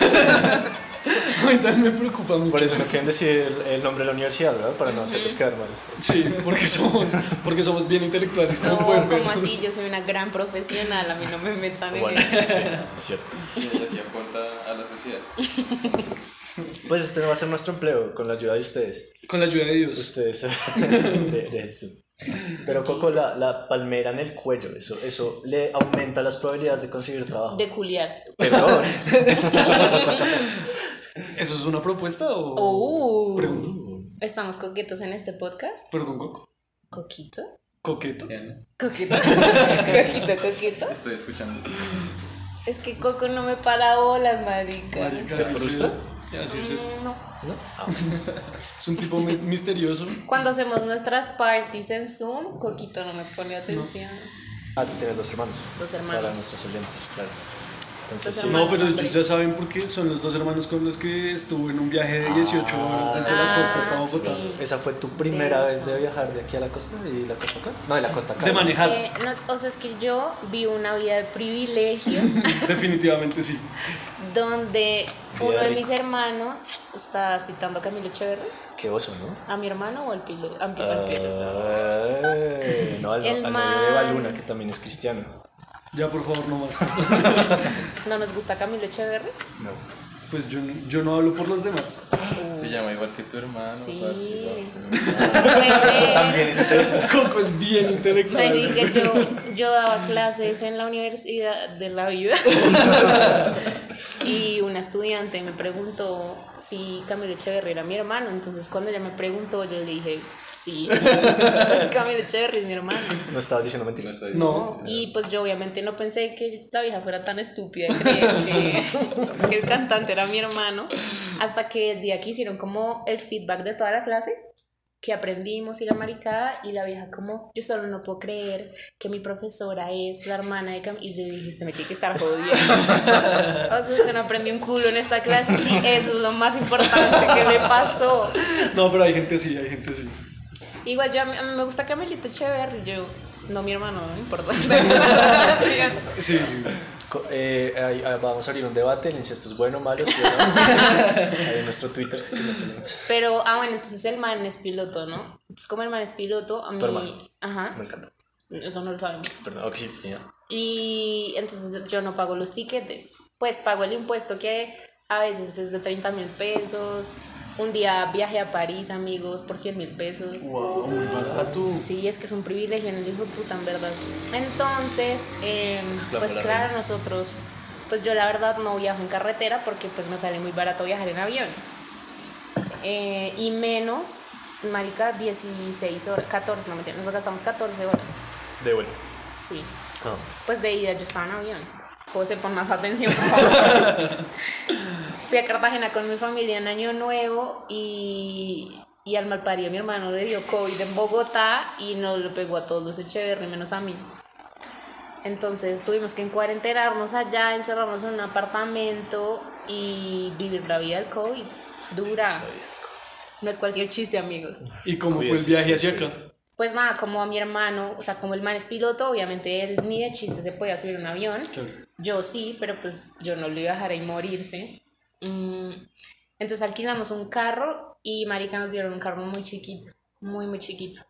Speaker 3: A mí también me preocupa mucho.
Speaker 1: (laughs) Por eso no quieren decir el, el nombre de la universidad, ¿verdad? Para no hacerles quedar mal.
Speaker 3: Sí, porque somos, porque somos bien intelectuales, como
Speaker 4: No,
Speaker 3: pueden ver.
Speaker 4: como así, yo soy una gran profesional, a mí no me metan en
Speaker 1: Bueno, sí, es
Speaker 4: eso.
Speaker 1: cierto, sí, es cierto.
Speaker 2: Y ella sí aporta a la sociedad.
Speaker 1: Pues este va a ser nuestro empleo con la ayuda de ustedes.
Speaker 3: Con la ayuda de Dios.
Speaker 1: Ustedes de, de Jesús. Pero Coco, la, la palmera en el cuello, eso, eso le aumenta las probabilidades de conseguir trabajo.
Speaker 3: (laughs)
Speaker 4: De culiar.
Speaker 1: Perdón.
Speaker 3: ¿Eso es una propuesta o...?
Speaker 4: Oh,
Speaker 3: Pregunto.
Speaker 4: Estamos coquetos en este podcast.
Speaker 3: Pero con coco.
Speaker 4: ¿Coquito?
Speaker 3: Coqueto.
Speaker 2: Ya, ¿no?
Speaker 4: ¿Coquito? (laughs) ¿Coquito? ¿Coquito?
Speaker 2: Estoy escuchando.
Speaker 4: Es que Coco no me para bolas, marica.
Speaker 3: Marica,
Speaker 1: ¿Te
Speaker 3: sí,
Speaker 1: frustra?
Speaker 3: sí. Así es.
Speaker 4: Mm, No.
Speaker 3: Es un tipo mis- misterioso.
Speaker 4: Cuando hacemos nuestras parties en Zoom, Coquito no me pone atención.
Speaker 1: Ah, tú tienes dos hermanos.
Speaker 4: Dos
Speaker 1: Para
Speaker 4: hermanos.
Speaker 1: nuestros oyentes, claro. Entonces,
Speaker 4: Dos
Speaker 1: sí.
Speaker 3: No,
Speaker 4: hermanos
Speaker 3: pero ellos
Speaker 4: hombres.
Speaker 3: ya saben por qué son los dos hermanos con los que estuvo en un viaje de 18 horas desde la costa hasta
Speaker 4: Ah,
Speaker 3: Bogotá.
Speaker 4: sí.
Speaker 1: Esa fue tu primera vez
Speaker 4: Denso.
Speaker 1: de viajar de aquí a la costa y la costa acá. No, de la costa acá.
Speaker 3: De manejar,
Speaker 4: Eh, no, o sea, es que yo vi una vida de privilegio
Speaker 3: (laughs) definitivamente sí.
Speaker 4: donde
Speaker 1: Vida
Speaker 4: uno de
Speaker 1: rico.
Speaker 4: mis hermanos está citando a Camilo Echeverry,
Speaker 1: Qué oso, ¿no?
Speaker 4: a mi hermano o al piloto.
Speaker 1: Ah, Eh, no, al,
Speaker 4: El
Speaker 1: al novio de
Speaker 4: man-
Speaker 1: Baluna, que también es cristiano.
Speaker 3: Ya, por favor, no más.
Speaker 4: No nos gusta Camilo Echeverry.
Speaker 1: No.
Speaker 3: Pues yo, no- yo no hablo por los demás. (laughs)
Speaker 2: Se llama igual que tu hermano.
Speaker 4: Sí.
Speaker 2: parce,
Speaker 4: También
Speaker 3: Coco es bien intelectual.
Speaker 4: que yo, yo daba clases en la universidad de la vida y una estudiante me preguntó si Camilo Echeverry era mi hermano. Entonces, cuando ella me preguntó, yo le dije, sí, (laughs) pues Camilo Echeverry es mi hermano.
Speaker 1: No estabas diciendo
Speaker 2: no
Speaker 1: mentiras.
Speaker 2: está bien.
Speaker 3: No,
Speaker 4: Y pues yo obviamente no pensé que la vieja fuera tan estúpida y creer que, que el cantante era mi hermano. Hasta que el día que hicieron como el feedback de toda la clase, que aprendimos y la maricada, y la vieja como, yo solo no puedo creer que mi profesora es la hermana de Cam. Y yo dije, usted me tiene que estar jodiendo. (laughs) o sea, usted no aprendió un culo en esta clase. Sí, eso es lo más importante que le pasó.
Speaker 3: no, pero hay gente así, hay gente así.
Speaker 4: Igual yo, a mí, a mí me gusta Camelito Echeverry, yo... No, mi hermano, no me importa. (laughs)
Speaker 3: Sí, sí.
Speaker 1: Co- eh, ahí- ahí vamos a abrir un debate, el incesto es bueno, malo, sí o
Speaker 4: (laughs)
Speaker 1: no. Ahí en nuestro Twitter. que no tenemos.
Speaker 4: Pero, ah, bueno, entonces el man es piloto, ¿no? Entonces, como el man es piloto, a mí.
Speaker 1: hermano.
Speaker 4: Ajá.
Speaker 1: Me encanta.
Speaker 4: Eso no lo sabemos.
Speaker 1: Perdón, ok, sí, ya.
Speaker 4: Y entonces yo no pago los tiquetes. Pues pago el impuesto que a veces es de 30 mil pesos. Un día viaje a París, amigos, por 100 mil pesos.
Speaker 3: Wow, muy barato.
Speaker 4: Sí, es que es un privilegio en el hijo de puta, en verdad. Entonces, eh,
Speaker 1: la
Speaker 4: pues
Speaker 1: palabra.
Speaker 4: claro, nosotros, pues yo la verdad no viajo en carretera porque pues me sale muy barato viajar en avión. Eh, y menos, marica, 16 horas, 14, no mentira, nosotros gastamos 14 horas.
Speaker 1: De vuelta.
Speaker 4: Sí,
Speaker 1: No.
Speaker 4: pues de ida yo estaba en avión. José, pon más atención, por favor. Fui a Cartagena con mi familia en Año Nuevo y, y al malparido mi hermano le dio COVID en Bogotá y nos lo pegó a todos los Echeverry, menos a mí. Entonces tuvimos que encuarentenarnos allá, encerrarnos en un apartamento y vivir la vida del COVID. Dura. No es cualquier chiste, amigos.
Speaker 3: ¿Y cómo fue el viaje hacia acá?
Speaker 4: Pues nada, como a mi hermano, o sea, como el man es piloto, obviamente él ni de chiste se podía subir a un avión. Yo sí, pero pues yo no lo iba a dejar ahí morirse. Mm, Entonces alquilamos un carro y Marica nos dieron un carro muy chiquito, muy, muy chiquito.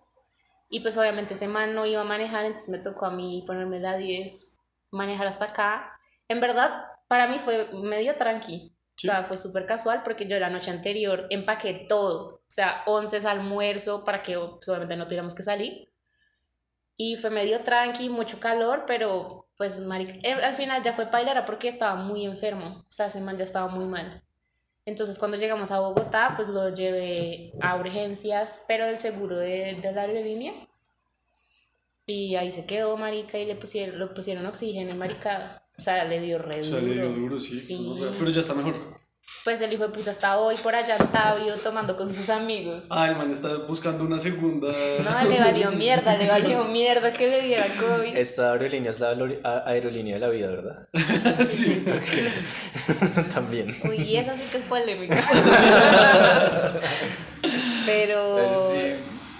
Speaker 4: Y pues obviamente ese man no iba a manejar, entonces me tocó a mí ponerme la 10, manejar hasta acá. En verdad, para mí fue medio tranqui. O sea, fue súper casual porque yo la noche anterior empaqué todo. O sea, onces, almuerzo, para que pues, obviamente no tuviéramos que salir. Y fue medio tranqui, mucho calor, pero pues marica, eh, al final ya fue bailar porque estaba muy enfermo. O sea, ese man ya estaba muy mal. Entonces cuando llegamos a Bogotá, pues lo llevé a urgencias, pero del seguro de, de la aerolínea. Y ahí se quedó, marica, y le pusieron, lo pusieron oxígeno, marica. O sea, le dio re
Speaker 3: O
Speaker 4: duro.
Speaker 3: sea, le dio duro, sí.
Speaker 4: Sí.
Speaker 3: Pero ya está mejor.
Speaker 4: Pues el hijo de puta está hoy por allá en Tabio tomando con sus amigos.
Speaker 3: Ah, el man está buscando una segunda. (laughs)
Speaker 4: No, le valió mierda, le valió mierda que le diera COVID.
Speaker 1: Esta aerolínea es la aerolí- a- aerolínea de la vida, ¿verdad? (laughs)
Speaker 3: sí,
Speaker 1: También.
Speaker 4: Uy, esa sí que es polémica. Pero.
Speaker 2: Pero sí,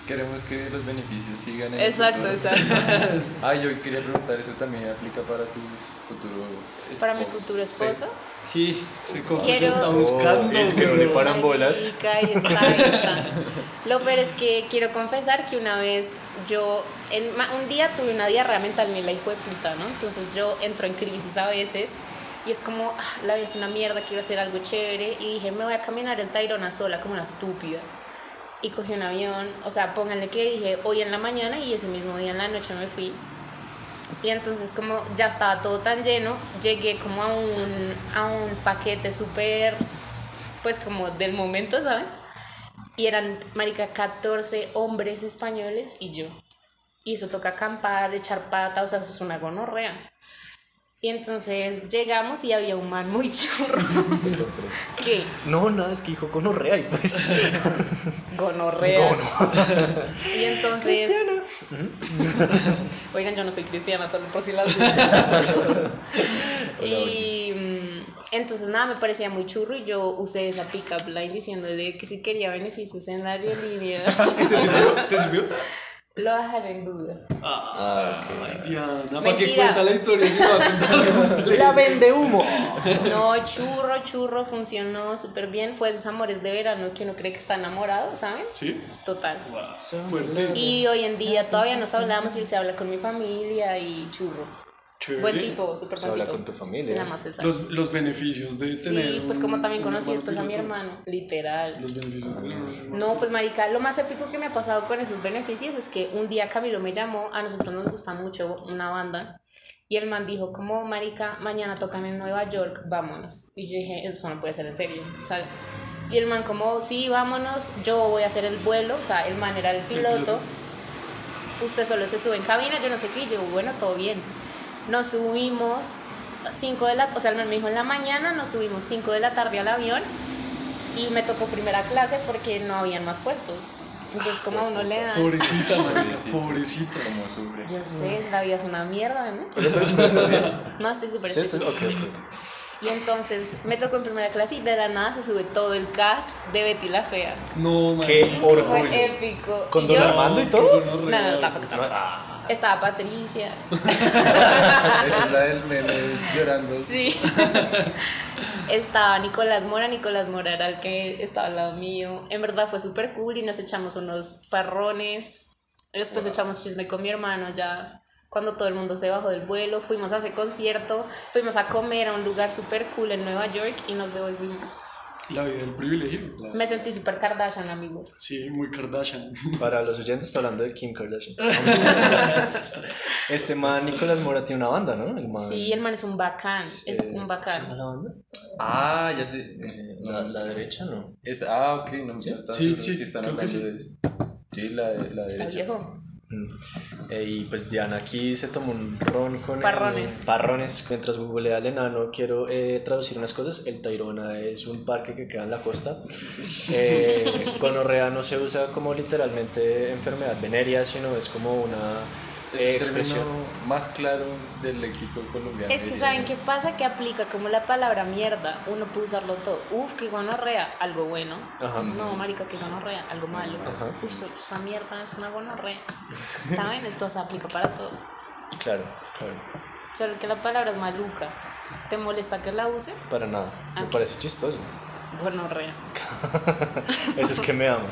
Speaker 2: queremos que los beneficios sigan en el
Speaker 4: Exacto,
Speaker 2: futuro.
Speaker 4: exacto.
Speaker 2: Ah, yo quería preguntar, ¿eso también aplica para tu futuro esposo?
Speaker 4: Para mi futuro esposo.
Speaker 3: Sí, se coge,
Speaker 4: Quiero-
Speaker 3: ya está buscando.
Speaker 1: Oh, es que no le
Speaker 3: weón.
Speaker 1: paran bolas.
Speaker 4: Marica, y está, ahí está. Lo peor es que quiero confesar que una vez yo, en, ma- un día tuve una diarrea mental ni la hijo de puta, ¿no? Entonces yo entro en crisis a veces y es como, "Ah, la vida es una mierda, quiero hacer algo chévere. Y dije, me voy a caminar en Tayrona sola como una estúpida. Y cogí un avión, o sea, pónganle que dije hoy en la mañana y ese mismo día en la noche me fui. Y entonces como ya estaba todo tan lleno, llegué como a un, a un paquete súper, pues como del momento, ¿saben? Y eran, marica, 14 hombres españoles y yo. Y eso toca acampar, echar pata, o sea, eso es una gonorrea. Y entonces llegamos y había un man muy churro. (laughs) ¿Qué?
Speaker 1: No, nada, es que dijo con orrea y
Speaker 4: (laughs)
Speaker 1: pues.
Speaker 4: Gonorrea. Y entonces. (laughs) Oigan, yo no soy cristiana, solo por si las dudas.
Speaker 1: (laughs)
Speaker 4: y mm, entonces nada, me parecía muy churro y yo usé esa pick-up line diciéndole que si quería beneficios en la aerolínea,
Speaker 1: (laughs)
Speaker 3: ¿Te sirvió? ¿Te sirvió?
Speaker 4: lo dejaré en duda.
Speaker 2: Ah,
Speaker 3: Ay, Diana, ¿para qué
Speaker 4: Ah, Mentira.
Speaker 3: cuenta la historia? Si no va a
Speaker 4: (laughs)
Speaker 3: contar completa?
Speaker 1: vende humo!
Speaker 4: No, churro, churro, funcionó súper bien. Fue esos amores de verano que uno cree que está enamorado, ¿saben?
Speaker 3: Sí.
Speaker 4: Es total.
Speaker 3: Fuerte.
Speaker 4: Y hoy en día todavía nos hablamos y él se habla con mi familia y churro.
Speaker 3: Chévere.
Speaker 4: Buen tipo, súper
Speaker 1: Se Pues
Speaker 4: buen
Speaker 1: habla
Speaker 4: tipo.
Speaker 1: con tu familia.
Speaker 4: Nada más esa.
Speaker 3: Los, los beneficios de tener.
Speaker 4: Sí, pues
Speaker 3: un-
Speaker 4: como también
Speaker 3: un
Speaker 4: conocí después a mi
Speaker 3: piloto.
Speaker 4: hermano, literal.
Speaker 3: Los beneficios de tener.
Speaker 4: No, pues marica, lo más épico que me ha pasado con esos beneficios es que un día Camilo me llamó, a nosotros nos gusta mucho una banda, y el man dijo, como marica, mañana tocan en Nueva York, vámonos. Y yo dije, eso no puede ser en serio, o sea, y el man como, sí, vámonos, yo voy a hacer el vuelo, o sea, el man era el piloto,
Speaker 3: piloto.
Speaker 4: usted solo se sube en cabina, yo no sé qué, y yo, bueno, todo bien. Nos subimos 5 de la, o sea, el man me dijo en la mañana, nos subimos 5 de la tarde al avión y me tocó primera clase porque no habían más puestos. Entonces, como a uno le dan,
Speaker 3: Pobrecita, marica,
Speaker 2: Pobrecita.
Speaker 3: pobrecita.
Speaker 2: Como sufre.
Speaker 4: yo sé, la vida es una
Speaker 1: (laughs)
Speaker 4: mierda, ¿no? (laughs) No, estoy súper
Speaker 1: ¿Sí?
Speaker 4: estoy
Speaker 1: Ok,
Speaker 4: súper- sí.
Speaker 1: ok.
Speaker 4: Y entonces me tocó en primera clase y de la nada se sube todo el cast de Betty la Fea.
Speaker 3: No, marica.
Speaker 1: ¡Qué orgullo!
Speaker 4: Fue épico.
Speaker 1: ¿Con
Speaker 4: Y
Speaker 1: Don
Speaker 4: yo-
Speaker 1: Armando y
Speaker 3: qué
Speaker 1: todo?
Speaker 4: No,
Speaker 3: gonorrea.
Speaker 4: no, tampoco,
Speaker 1: No,
Speaker 4: tampoco.
Speaker 1: ah,
Speaker 4: Estaba Patricia.
Speaker 2: Esa es la del meme llorando.
Speaker 4: Sí. (laughs) estaba Nicolás Mora, Nicolás Mora era el que estaba al lado mío. En verdad fue súper cool y nos echamos unos parrones. Después echamos chisme con mi hermano ya. Cuando todo el mundo se bajó del vuelo, fuimos a ese concierto, fuimos a comer a un lugar súper cool en Nueva York y nos devolvimos.
Speaker 3: La vida del privilegio.
Speaker 4: Me sentí súper Kardashian, amigos.
Speaker 3: Sí, muy Kardashian. (laughs)
Speaker 1: Para los oyentes, está hablando de Kim
Speaker 4: (laughs)
Speaker 1: Kardashian. Este man, Nicolás Mora, tiene una banda, ¿no? El man.
Speaker 4: Sí, el man es un bacán, es
Speaker 1: Eh,
Speaker 4: un
Speaker 1: ¿se
Speaker 4: bacán.
Speaker 1: llama la banda?
Speaker 2: Ah, ya sé. Eh,
Speaker 1: La,
Speaker 2: no,
Speaker 1: la derecha, ¿no?
Speaker 2: es, ah, ok, no, sí, está,
Speaker 3: sí,
Speaker 2: sí,
Speaker 3: sí,
Speaker 2: están
Speaker 3: creo
Speaker 2: hablando
Speaker 3: que sí.
Speaker 2: de eso. Sí, la, de- la
Speaker 4: Está
Speaker 2: derecha.
Speaker 4: viejo.
Speaker 1: Mm. Eh, y pues Diana aquí se tomó un ron con el-
Speaker 4: Parrones.
Speaker 1: parrones. Mientras googlea al enano, quiero eh, traducir unas cosas. El Tairona es un parque que queda en la costa. Eh, gonorrea no se usa como literalmente enfermedad venérea, sino es como una
Speaker 2: Es
Speaker 1: eh,
Speaker 2: el
Speaker 1: expresión.
Speaker 2: término más claro del léxico colombiano.
Speaker 4: Es que
Speaker 2: diría
Speaker 4: saben
Speaker 2: yo.
Speaker 4: qué pasa que aplica como la palabra mierda, uno puede usarlo todo. Uf, que gonorrea, algo bueno.
Speaker 1: Ajá.
Speaker 4: No, marica, que gonorrea, algo malo.
Speaker 1: Ajá.
Speaker 4: Uy, so- esa mierda es una gonorrea. ¿Saben? Entonces aplica para todo.
Speaker 1: Claro, claro.
Speaker 4: Solo que la palabra es maluca. ¿Te molesta que la use?
Speaker 1: Para nada. Me parece chistoso.
Speaker 4: Gonorrea.
Speaker 1: Eso es que me amo.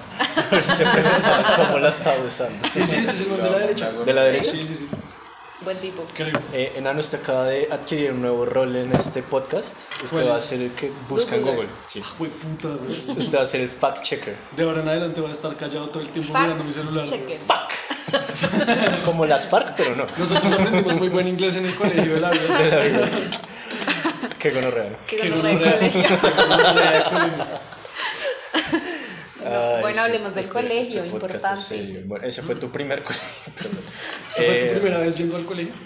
Speaker 1: Por si se preguntan cómo la estaba usando.
Speaker 3: Sí, sí, ese es el man de la derecha.
Speaker 1: De la derecha.
Speaker 3: Sí, sí, sí.
Speaker 4: Buen tipo.
Speaker 3: Creo.
Speaker 1: Eh, Enano, usted acaba de adquirir un nuevo rol en este podcast. Usted
Speaker 3: ¿Cuál
Speaker 1: va a
Speaker 3: es?
Speaker 1: ser el que busca en
Speaker 4: Google.
Speaker 1: Google. Sí.
Speaker 3: Jue puta, güey.
Speaker 1: Usted va a ser el fact checker.
Speaker 3: De ahora en adelante voy a estar callado todo el tiempo mirando mi celular.
Speaker 4: Fact
Speaker 3: güey.
Speaker 1: (laughs)
Speaker 4: checker.
Speaker 1: Como las FARC, pero no.
Speaker 3: Nosotros aprendimos muy buen inglés en el colegio de
Speaker 1: (laughs)
Speaker 3: la vida. (laughs)
Speaker 1: Qué gonorrea.
Speaker 4: Que
Speaker 3: Qué
Speaker 4: gonorrea de
Speaker 3: gonorrea.
Speaker 4: colegio.
Speaker 3: Gonorrea de colegio.
Speaker 1: Ay,
Speaker 4: bueno,
Speaker 1: sí,
Speaker 4: hablemos
Speaker 1: este-
Speaker 4: del
Speaker 1: este-
Speaker 4: colegio,
Speaker 1: este podcast es
Speaker 4: importante.
Speaker 1: serio. Bueno, ese fue tu primer (laughs) colegio, perdón.
Speaker 3: ¿Esa fue
Speaker 1: Eh,
Speaker 3: tu primera vez yendo al colegio?
Speaker 4: (laughs)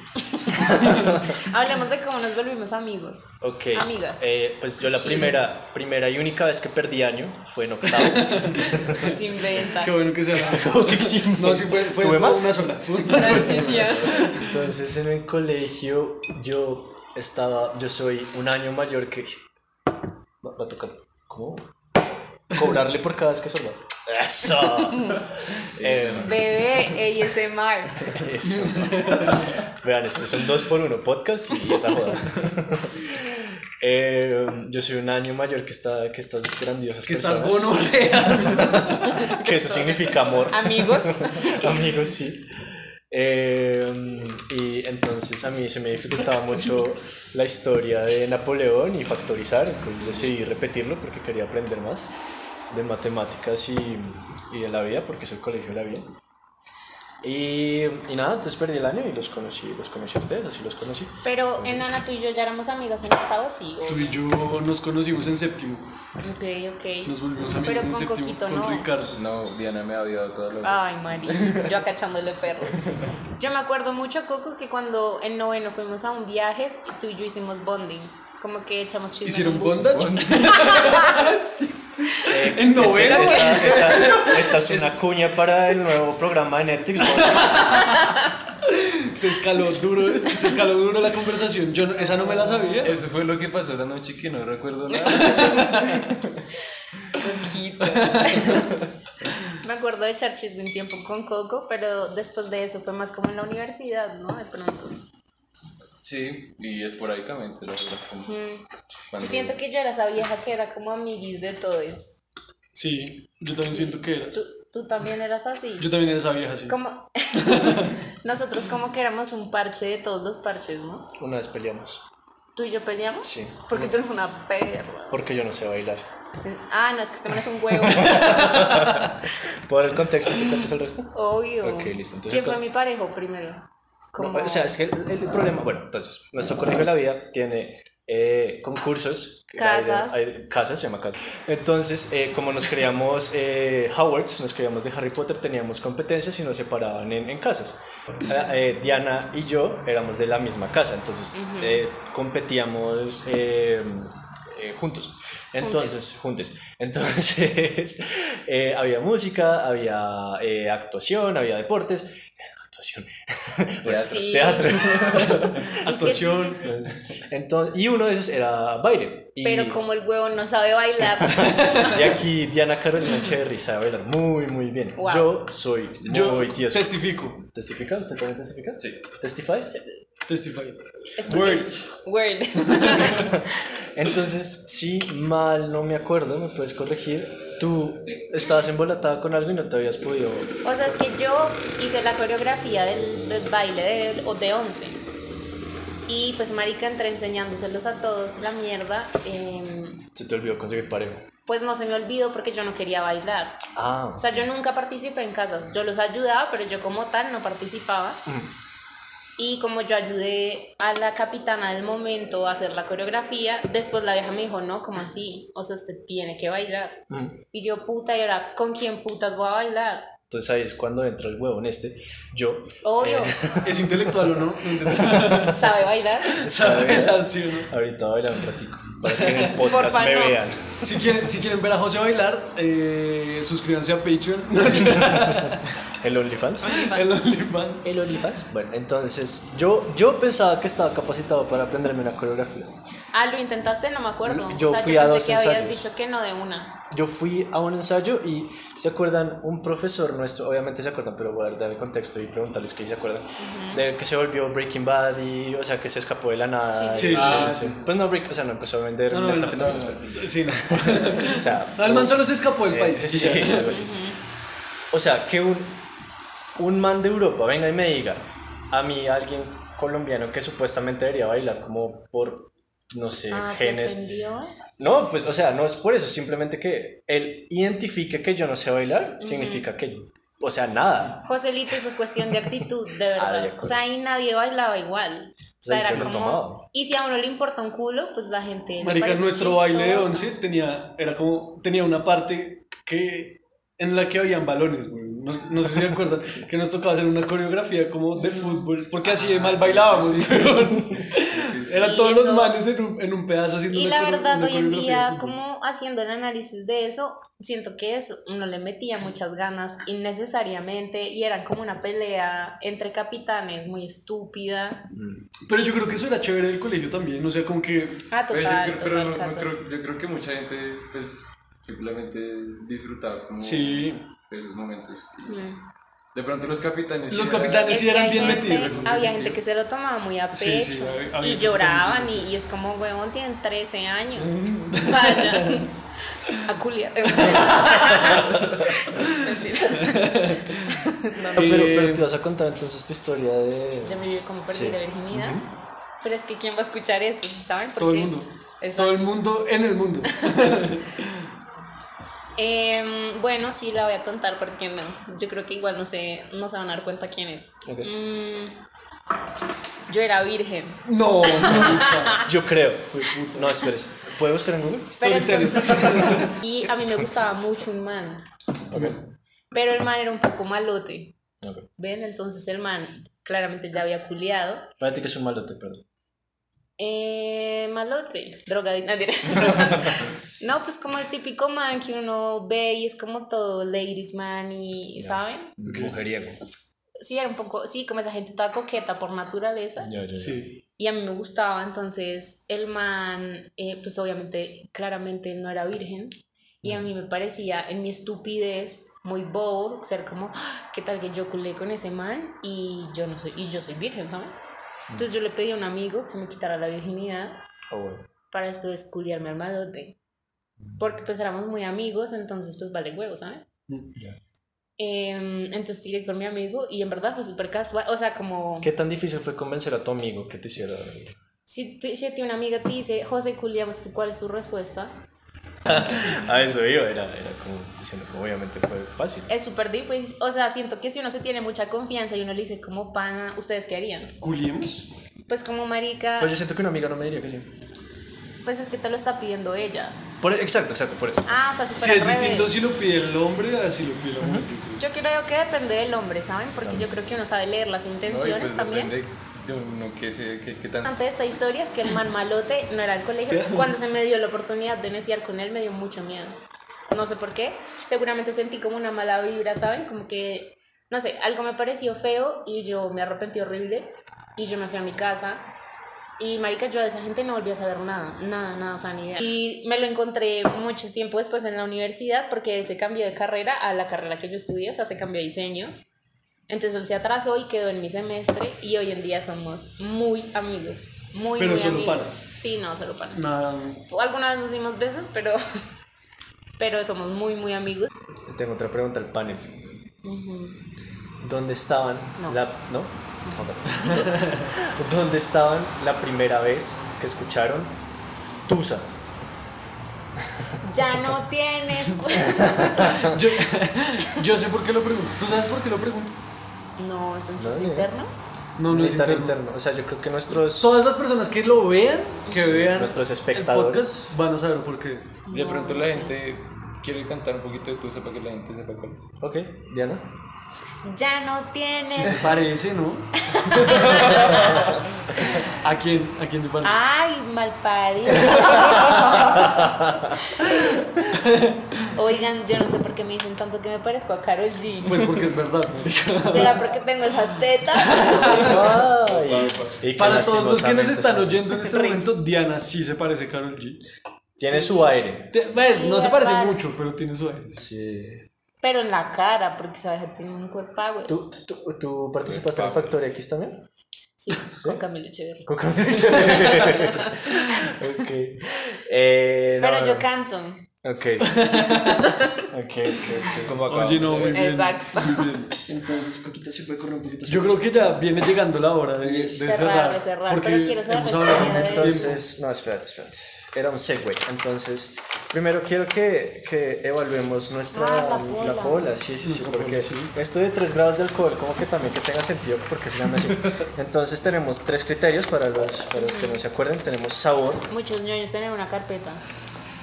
Speaker 4: Hablemos de cómo nos volvimos amigos.
Speaker 3: (laughs)
Speaker 1: Ok.
Speaker 4: Amigas.
Speaker 1: Eh, pues yo la
Speaker 4: Sí.
Speaker 1: primera, primera y única vez que perdí año fue en
Speaker 3: (laughs)
Speaker 1: octavo.
Speaker 4: Sin venta.
Speaker 3: Qué bueno
Speaker 1: (laughs)
Speaker 3: que sea.
Speaker 1: Como que sí.
Speaker 3: No, sí, fue, fue,
Speaker 1: ¿Tuve
Speaker 3: fue
Speaker 1: más?
Speaker 3: una sola. Fue una sola.
Speaker 4: Transición.
Speaker 1: Entonces en el colegio yo estaba, yo soy un año mayor que... Va, va a tocar, ¿cómo? Cobrarle por cada vez que sola. Eso. (laughs) Em,
Speaker 4: Bebé ASMR.
Speaker 1: eso. (laughs) Vean, este es un 2 por 1 podcast y esa joda. (laughs) Em, yo soy un año mayor que, está, que estas grandiosas
Speaker 3: Que estás
Speaker 1: personas.
Speaker 3: gonorreas.
Speaker 1: Que eso significa amor.
Speaker 4: Amigos.
Speaker 1: (laughs) Amigos, sí. Eh, y entonces a mí se me dificultaba mucho la historia de Napoleón y factorizar, entonces decidí repetirlo porque quería aprender más de matemáticas y, y de la vida, porque es el colegio de la vida. Y, y nada, entonces perdí el año y los conocí, los conocí a ustedes, así los conocí.
Speaker 4: Pero en Ana, tú y yo ya éramos amigas en octavo, sí.
Speaker 3: Tú y yo nos conocimos en séptimo.
Speaker 4: Ok,
Speaker 3: Nos
Speaker 4: ok.
Speaker 3: volvimos amigos
Speaker 4: Pero
Speaker 3: en
Speaker 4: con
Speaker 3: séptimo
Speaker 4: Coquito,
Speaker 3: con
Speaker 4: no.
Speaker 3: Ricardo.
Speaker 2: No, Diana me ha odiado todo lo que.
Speaker 4: Ay, Mari, yo acachándole perro. Yo me acuerdo mucho, Coco, que cuando en noveno fuimos a un viaje, tú y yo hicimos bonding. Como que echamos chisme. en
Speaker 3: ¿Hicieron
Speaker 4: un bus.
Speaker 3: bondage? En noveno.
Speaker 4: Creo que-
Speaker 1: Este, Esta, esta- esta es una cuña para el nuevo programa de Netflix. ¿no?
Speaker 3: Se escaló duro, se escaló duro la conversación. Yo no- esa no me la sabía.
Speaker 2: Eso fue lo que pasó la noche que no recuerdo
Speaker 4: (laughs)
Speaker 2: nada.
Speaker 3: (laughs)
Speaker 4: Me acuerdo de echar chisme un tiempo con Coco, pero después de eso fue más como en la universidad, ¿no? De pronto.
Speaker 2: Sí, y esporádicamente, la verdad. como
Speaker 4: Mm. Yo
Speaker 2: cuando-
Speaker 4: siento que yo era esa vieja que era como amiguis de todos.
Speaker 3: Sí, yo también siento que
Speaker 4: Tú,
Speaker 3: eras.
Speaker 4: tú también eras así.
Speaker 3: Yo también era esa vieja así.
Speaker 4: Como... (laughs) Nosotros como que éramos un parche de todos los parches, ¿no?
Speaker 1: Una vez peleamos,
Speaker 4: ¿Tú y yo peleamos?
Speaker 1: Sí.
Speaker 4: Porque tú eres una perra.
Speaker 1: porque yo no sé bailar.
Speaker 4: Ah, no, es que este man es un
Speaker 1: (laughs)
Speaker 4: huevo.
Speaker 1: ¿Por el contexto tú cuentas el resto?
Speaker 4: Obvio.
Speaker 1: Ok, listo, entonces
Speaker 4: ¿Quién fue
Speaker 1: con-
Speaker 4: mi parejo primero?
Speaker 1: No,
Speaker 4: Como-
Speaker 1: o sea, es que el, el problema, bueno, entonces, nuestro colegio de la vida tiene eh, concursos. que hay de-
Speaker 4: Casas.
Speaker 1: hay- casas, se llama casa. Entonces, eh, como nos creíamos eh, Howards, nos creíamos de Harry Potter, teníamos competencias y nos separaban en, en casas. Ah, eh, Diana y yo éramos de la misma casa, entonces eh, competíamos eh, eh, juntos. Entonces, juntes. Entonces, (laughs) eh, había música, había eh, actuación, había deportes. Actuación.
Speaker 2: Teatro.
Speaker 4: Sí.
Speaker 1: Teatro.
Speaker 4: (laughs) Es que sí,
Speaker 1: Actuación.
Speaker 4: sí,
Speaker 1: Entonces, y uno de esos era baile. Y,
Speaker 4: Pero como el huevo no
Speaker 1: (laughs)
Speaker 4: sabe bailar.
Speaker 1: y aquí Diana Carolina Cherry sabe bailar muy, muy bien.
Speaker 4: Wow.
Speaker 1: Yo soy
Speaker 3: Yo
Speaker 1: muy tieso.
Speaker 3: testifico.
Speaker 1: ¿Testifica? ¿Usted también testifica?
Speaker 2: Sí.
Speaker 1: ¿Testify?
Speaker 3: Testifico.
Speaker 4: Es porque- Word.
Speaker 1: Entonces, si mal no me acuerdo, me puedes corregir. Tú estabas embolatada con algo y no te habías podido.
Speaker 4: O sea, es que yo hice la coreografía del, del baile de, o de 11. Y pues marica entré enseñándoselos a todos la mierda. em,
Speaker 1: Se te olvidó conseguir parejo.
Speaker 4: pues no se me olvidó porque yo no quería bailar.
Speaker 1: Ah,
Speaker 4: O sea, yo nunca participé en casa. Yo los ayudaba, pero yo como tal no participaba. Y como yo ayudé a la capitana del momento a hacer la coreografía, después la vieja me dijo, no, como así? O sea, usted tiene que bailar.
Speaker 1: Mm.
Speaker 4: Y yo, puta, y ahora, ¿con quién putas voy a bailar?
Speaker 1: entonces ahí es cuando entra el huevo en este. Yo.
Speaker 4: Obvio,
Speaker 1: Eh.
Speaker 3: ¿Es intelectual o no? No
Speaker 1: (laughs)
Speaker 3: entiendo.
Speaker 4: (laughs) sabe bailar.
Speaker 3: Sabe bailar, sí o no.
Speaker 1: Ahorita voy a bailar un ratico para que en
Speaker 4: (laughs)
Speaker 1: el podcast
Speaker 4: Porfa,
Speaker 1: me
Speaker 4: no.
Speaker 1: vean.
Speaker 3: Si quieren, si quieren ver a José bailar, eh, suscríbanse a Patreon.
Speaker 1: El OnlyFans.
Speaker 3: (laughs) el OnlyFans.
Speaker 1: El OnlyFans. Bueno, entonces yo, yo pensaba que estaba capacitado para aprenderme una coreografía.
Speaker 4: Ah, lo intentaste, no me acuerdo.
Speaker 1: Yo
Speaker 4: o sea,
Speaker 1: fui
Speaker 4: yo
Speaker 1: a
Speaker 4: pensé
Speaker 1: dos
Speaker 4: que habías
Speaker 1: ensayos.
Speaker 4: dicho que no de una.
Speaker 1: Yo fui a un ensayo y, ¿se acuerdan? Un profesor nuestro, obviamente se acuerdan, pero voy a dar el contexto y preguntarles que se acuerdan. Del que se volvió Breaking Bad y, o sea, que se escapó de la nada.
Speaker 3: Sí, sí,
Speaker 1: y-
Speaker 3: sí.
Speaker 1: ah, Pues no, break, o sea, no empezó a vender
Speaker 3: No, no, no,
Speaker 1: metafetamina.
Speaker 3: no, no. Sí, no.
Speaker 1: O sea,
Speaker 3: No, el man solo se escapó del
Speaker 1: Eh,
Speaker 3: país.
Speaker 1: sí,
Speaker 3: y
Speaker 1: sí,
Speaker 3: ya.
Speaker 1: algo
Speaker 4: (laughs)
Speaker 1: así. O sea, que un, un man de Europa venga y me diga a mí, alguien colombiano que supuestamente debería bailar como por, no sé,
Speaker 4: Ah, ¿te
Speaker 1: genes.
Speaker 4: ofendió?
Speaker 1: No, pues, o sea, no es por eso, simplemente que él identifique que yo no sé bailar, significa que, o sea, nada.
Speaker 4: Joselito, eso es cuestión de actitud,
Speaker 1: (laughs)
Speaker 4: de
Speaker 1: Ah, de
Speaker 4: verdad.
Speaker 1: acuerdo.
Speaker 4: o sea, ahí nadie bailaba igual. O sea,
Speaker 1: Sí, yo
Speaker 4: era
Speaker 1: lo
Speaker 4: como.
Speaker 1: tomaba.
Speaker 4: Y si a uno le importa un culo, pues la gente. le
Speaker 3: Marica,
Speaker 4: parece
Speaker 3: nuestro baile de
Speaker 4: chistoso.
Speaker 3: 11 tenía, era como, tenía una parte que en la que habían balones, güey. No, no sé si se acuerdan, que nos tocaba hacer una coreografía como
Speaker 4: Mm.
Speaker 3: de fútbol, porque así de mal bailábamos, weón. Eran
Speaker 4: Ah, (laughs) Sí,
Speaker 3: todos los
Speaker 4: eso.
Speaker 3: manes en un, en un pedazo haciendo
Speaker 4: Y
Speaker 3: una
Speaker 4: la
Speaker 3: coreo-
Speaker 4: verdad,
Speaker 3: una
Speaker 4: hoy en
Speaker 3: coreografía de
Speaker 4: día,
Speaker 3: fútbol.
Speaker 4: como haciendo el análisis de eso, siento que eso uno le metía muchas ganas innecesariamente y era como una pelea entre capitanes muy estúpida.
Speaker 3: Pero yo creo que eso era chévere del colegio también, o sea, como que...
Speaker 4: Ah,
Speaker 2: Pero Pues yo
Speaker 4: total,
Speaker 2: creo-
Speaker 4: total
Speaker 2: pero no- no
Speaker 4: casos.
Speaker 2: creo- yo creo que mucha gente, pues, simplemente disfrutaba como
Speaker 3: Sí,
Speaker 2: de esos momentos.
Speaker 4: Mm.
Speaker 2: De pronto los capitanes.
Speaker 3: Los
Speaker 2: sí eran-
Speaker 3: capitanes. Pero sí
Speaker 4: Es que
Speaker 3: eran
Speaker 4: hay
Speaker 3: bien
Speaker 4: gente-
Speaker 2: muy
Speaker 3: metidos,
Speaker 4: Este, Había
Speaker 2: metidos.
Speaker 4: gente que se lo tomaba muy a pecho
Speaker 3: Sí, sí, había- había
Speaker 4: y
Speaker 3: gente
Speaker 4: lloraban y, y es como, huevón, tienen 13 años.
Speaker 3: Mm.
Speaker 4: (laughs) Vayan a
Speaker 3: (laughs)
Speaker 4: culiar. Mentira.
Speaker 1: No, pero,
Speaker 3: Eh,
Speaker 1: pero te vas a contar entonces tu historia
Speaker 4: Ya
Speaker 1: de.
Speaker 4: me viví como perdí
Speaker 1: Sí.
Speaker 4: la virginidad. Pero es que quién va a escuchar esto, Pues ¿Sí ¿saben?
Speaker 3: todo el
Speaker 4: Porque-
Speaker 3: mundo.
Speaker 4: Exacto.
Speaker 3: Todo el mundo en el mundo.
Speaker 4: Em, bueno, sí la voy a contar porque no. Yo creo que igual no sé, no se van a dar cuenta quién es.
Speaker 1: Ok.
Speaker 4: Mm, yo era virgen.
Speaker 3: No, marica.
Speaker 1: Yo creo. No, esperes. ¿Puedo buscar en Google?
Speaker 4: Pero
Speaker 3: Storytelling. (laughs)
Speaker 4: entonces- y a mí me gustaba mucho un man. Pero el man era un poco malote.
Speaker 1: Ok.
Speaker 4: ¿Ven? Entonces el man claramente ya había culiado.
Speaker 1: Espérate que es un malote, perdón.
Speaker 4: Eh, malote, drogadicto. no, mentira. no, pues como el típico man que uno ve y es como todo ladies man y, ¿saben?
Speaker 1: Mujeriego.
Speaker 4: Sí, era un poco, sí, como esa gente toda coqueta por naturaleza.
Speaker 1: Ya, ya, ya.
Speaker 3: Sí.
Speaker 4: Y a mí me gustaba, entonces el man, eh, pues obviamente, claramente no era virgen. Y
Speaker 1: Mm.
Speaker 4: a mí me parecía, en mi estupidez, muy bobo, ser como, "Ah, ¿qué tal que yo culé con ese man? Y yo no soy, y yo soy virgen, ¿saben? Entonces yo le pedí a un amigo que me quitara la virginidad
Speaker 1: Mm. Oh, bueno. Mm.
Speaker 4: para después culiarme al malote. Porque pues éramos muy amigos, entonces pues vale huevo, ¿saben?
Speaker 1: Ya.
Speaker 4: Em, entonces tiré con mi amigo y en verdad fue súper casual, o sea, como...
Speaker 1: ¿Qué tan difícil fue convencer a tu amigo que te hiciera?
Speaker 4: Si, tú- si a ti una amiga te dice, José, culiamos, ¿tú cuál es tu respuesta?
Speaker 1: A eso iba, era, era como diciendo que obviamente fue fácil.
Speaker 4: Es súper difícil. O sea, siento que si uno se tiene mucha confianza y uno le dice, como pana, ¿ustedes qué harían?
Speaker 3: ¿Culiemos?
Speaker 4: Pues como marica,
Speaker 1: Pero yo siento que una amiga no me diría que sí.
Speaker 4: pues es que te lo está pidiendo ella.
Speaker 1: Por- e, exacto, exacto, por eso.
Speaker 4: Ah, o sea, si
Speaker 3: Sí, es distinto si lo pide el hombre a si lo pide la mujer. yo creo.
Speaker 4: Yo creo que depende del hombre, ¿saben? Porque yo creo que uno sabe leer las
Speaker 2: No, y
Speaker 4: intenciones
Speaker 2: pues
Speaker 4: también. Ah,
Speaker 2: depende de uno que, se, que, que tan.
Speaker 4: Antes de esta historia es que el man malote no era el colegio. Cuando se me dio la oportunidad de iniciar con él, me dio mucho miedo. No sé por qué. Seguramente sentí como una mala vibra, ¿saben? Como que, no sé, algo me pareció feo y yo me arrepentí horrible. Y yo me fui a mi casa. Y marica, yo de esa gente no volví a saber nada, nada, nada, o sea, ni idea. Y me lo encontré mucho tiempo después en la universidad porque él se cambió de carrera a la carrera que yo estudié, o sea, se cambió de diseño. Entonces él se atrasó y quedó en mi semestre y hoy en día somos muy amigos. Muy,
Speaker 3: Pero
Speaker 4: muy
Speaker 3: solo
Speaker 4: amigos.
Speaker 3: panas.
Speaker 4: Sí, no, solo panas.
Speaker 3: Nada.
Speaker 4: Alguna vez nos dimos besos, pero, (laughs) pero somos muy, muy amigos.
Speaker 1: Tengo otra pregunta al panel. ¿Dónde estaban
Speaker 4: No.
Speaker 1: la no? Ok. (laughs) ¿Dónde estaban la primera vez que escucharon Tusa?
Speaker 4: Ya no tienes. (laughs) cu-
Speaker 3: Yo, yo sé por qué lo pregunto. ¿Tú sabes por qué lo pregunto?
Speaker 4: no, es un
Speaker 1: No,
Speaker 4: chiste
Speaker 1: ni idea.
Speaker 4: interno.
Speaker 3: No, no
Speaker 1: Ni
Speaker 3: es
Speaker 1: tan
Speaker 3: interno.
Speaker 1: O sea, yo creo que nuestros
Speaker 3: Todas las personas que lo vean, que vean
Speaker 1: nuestros
Speaker 3: el
Speaker 1: espectadores
Speaker 3: podcast, van a saber por qué es.
Speaker 2: De
Speaker 4: No,
Speaker 2: pronto
Speaker 4: no
Speaker 2: la
Speaker 4: sé.
Speaker 2: gente quiere cantar un poquito de tusa para que la gente sepa cuál es.
Speaker 1: Ok, (laughs) Diana.
Speaker 4: Ya no
Speaker 3: Si
Speaker 4: tienes.
Speaker 3: se parece, ¿no? ¿A quién? ¿A quién se parece?
Speaker 4: Ay, mal parido. Oigan, yo no sé por qué me dicen tanto que me parezco a Carol G.
Speaker 3: Pues porque
Speaker 1: (laughs)
Speaker 3: es verdad, marica.
Speaker 4: ¿Será porque tengo esas tetas?
Speaker 1: Ay, y que
Speaker 3: (laughs) Para todos los que nos
Speaker 1: lastimosamente
Speaker 3: están
Speaker 1: son-
Speaker 3: oyendo en este momento, Diana sí se parece a Karol G.
Speaker 1: Tiene su aire.
Speaker 3: Te- ves, no se parece
Speaker 4: verdad.
Speaker 3: mucho, pero tiene su aire.
Speaker 1: Sí.
Speaker 4: Pero en la cara, porque esa vieja tiene un cuerpo, güey.
Speaker 1: ¿Tú, tú, tú participaste en Factory X también?
Speaker 4: Sí, con Camilo Echeverry.
Speaker 1: Con Camilo Echeverría. (laughs) ok. Eh, no,
Speaker 4: Pero yo
Speaker 1: no.
Speaker 4: canto.
Speaker 1: Ok. ok, ok, ok.
Speaker 2: Como
Speaker 3: Oye, no, muy bien.
Speaker 4: Exacto.
Speaker 3: muy bien.
Speaker 5: (laughs) Entonces, Coquita se puede correr un poquito.
Speaker 3: Yo creo que ya viene llegando la hora de, de
Speaker 4: Cerrar,
Speaker 3: cerrar,
Speaker 4: de cerrar,
Speaker 3: Porque
Speaker 4: pero quiero saber
Speaker 3: hemos
Speaker 4: la
Speaker 3: hablado
Speaker 4: historia de-
Speaker 3: mucho tiempo.
Speaker 1: Entonces, no, espérate, espérate. Era un segue. Entonces, primero quiero que, que evaluemos nuestra
Speaker 4: Ah, la pola.
Speaker 1: Sí, sí, sí.
Speaker 3: Nuestra
Speaker 1: Porque
Speaker 3: pola, sí.
Speaker 1: esto de 3 grados de alcohol, como que también que tenga sentido porque se llama así. (laughs) Entonces, tenemos tres criterios para los, para los que no se acuerden. Tenemos sabor,
Speaker 4: Muchos ñoños tienen una carpeta.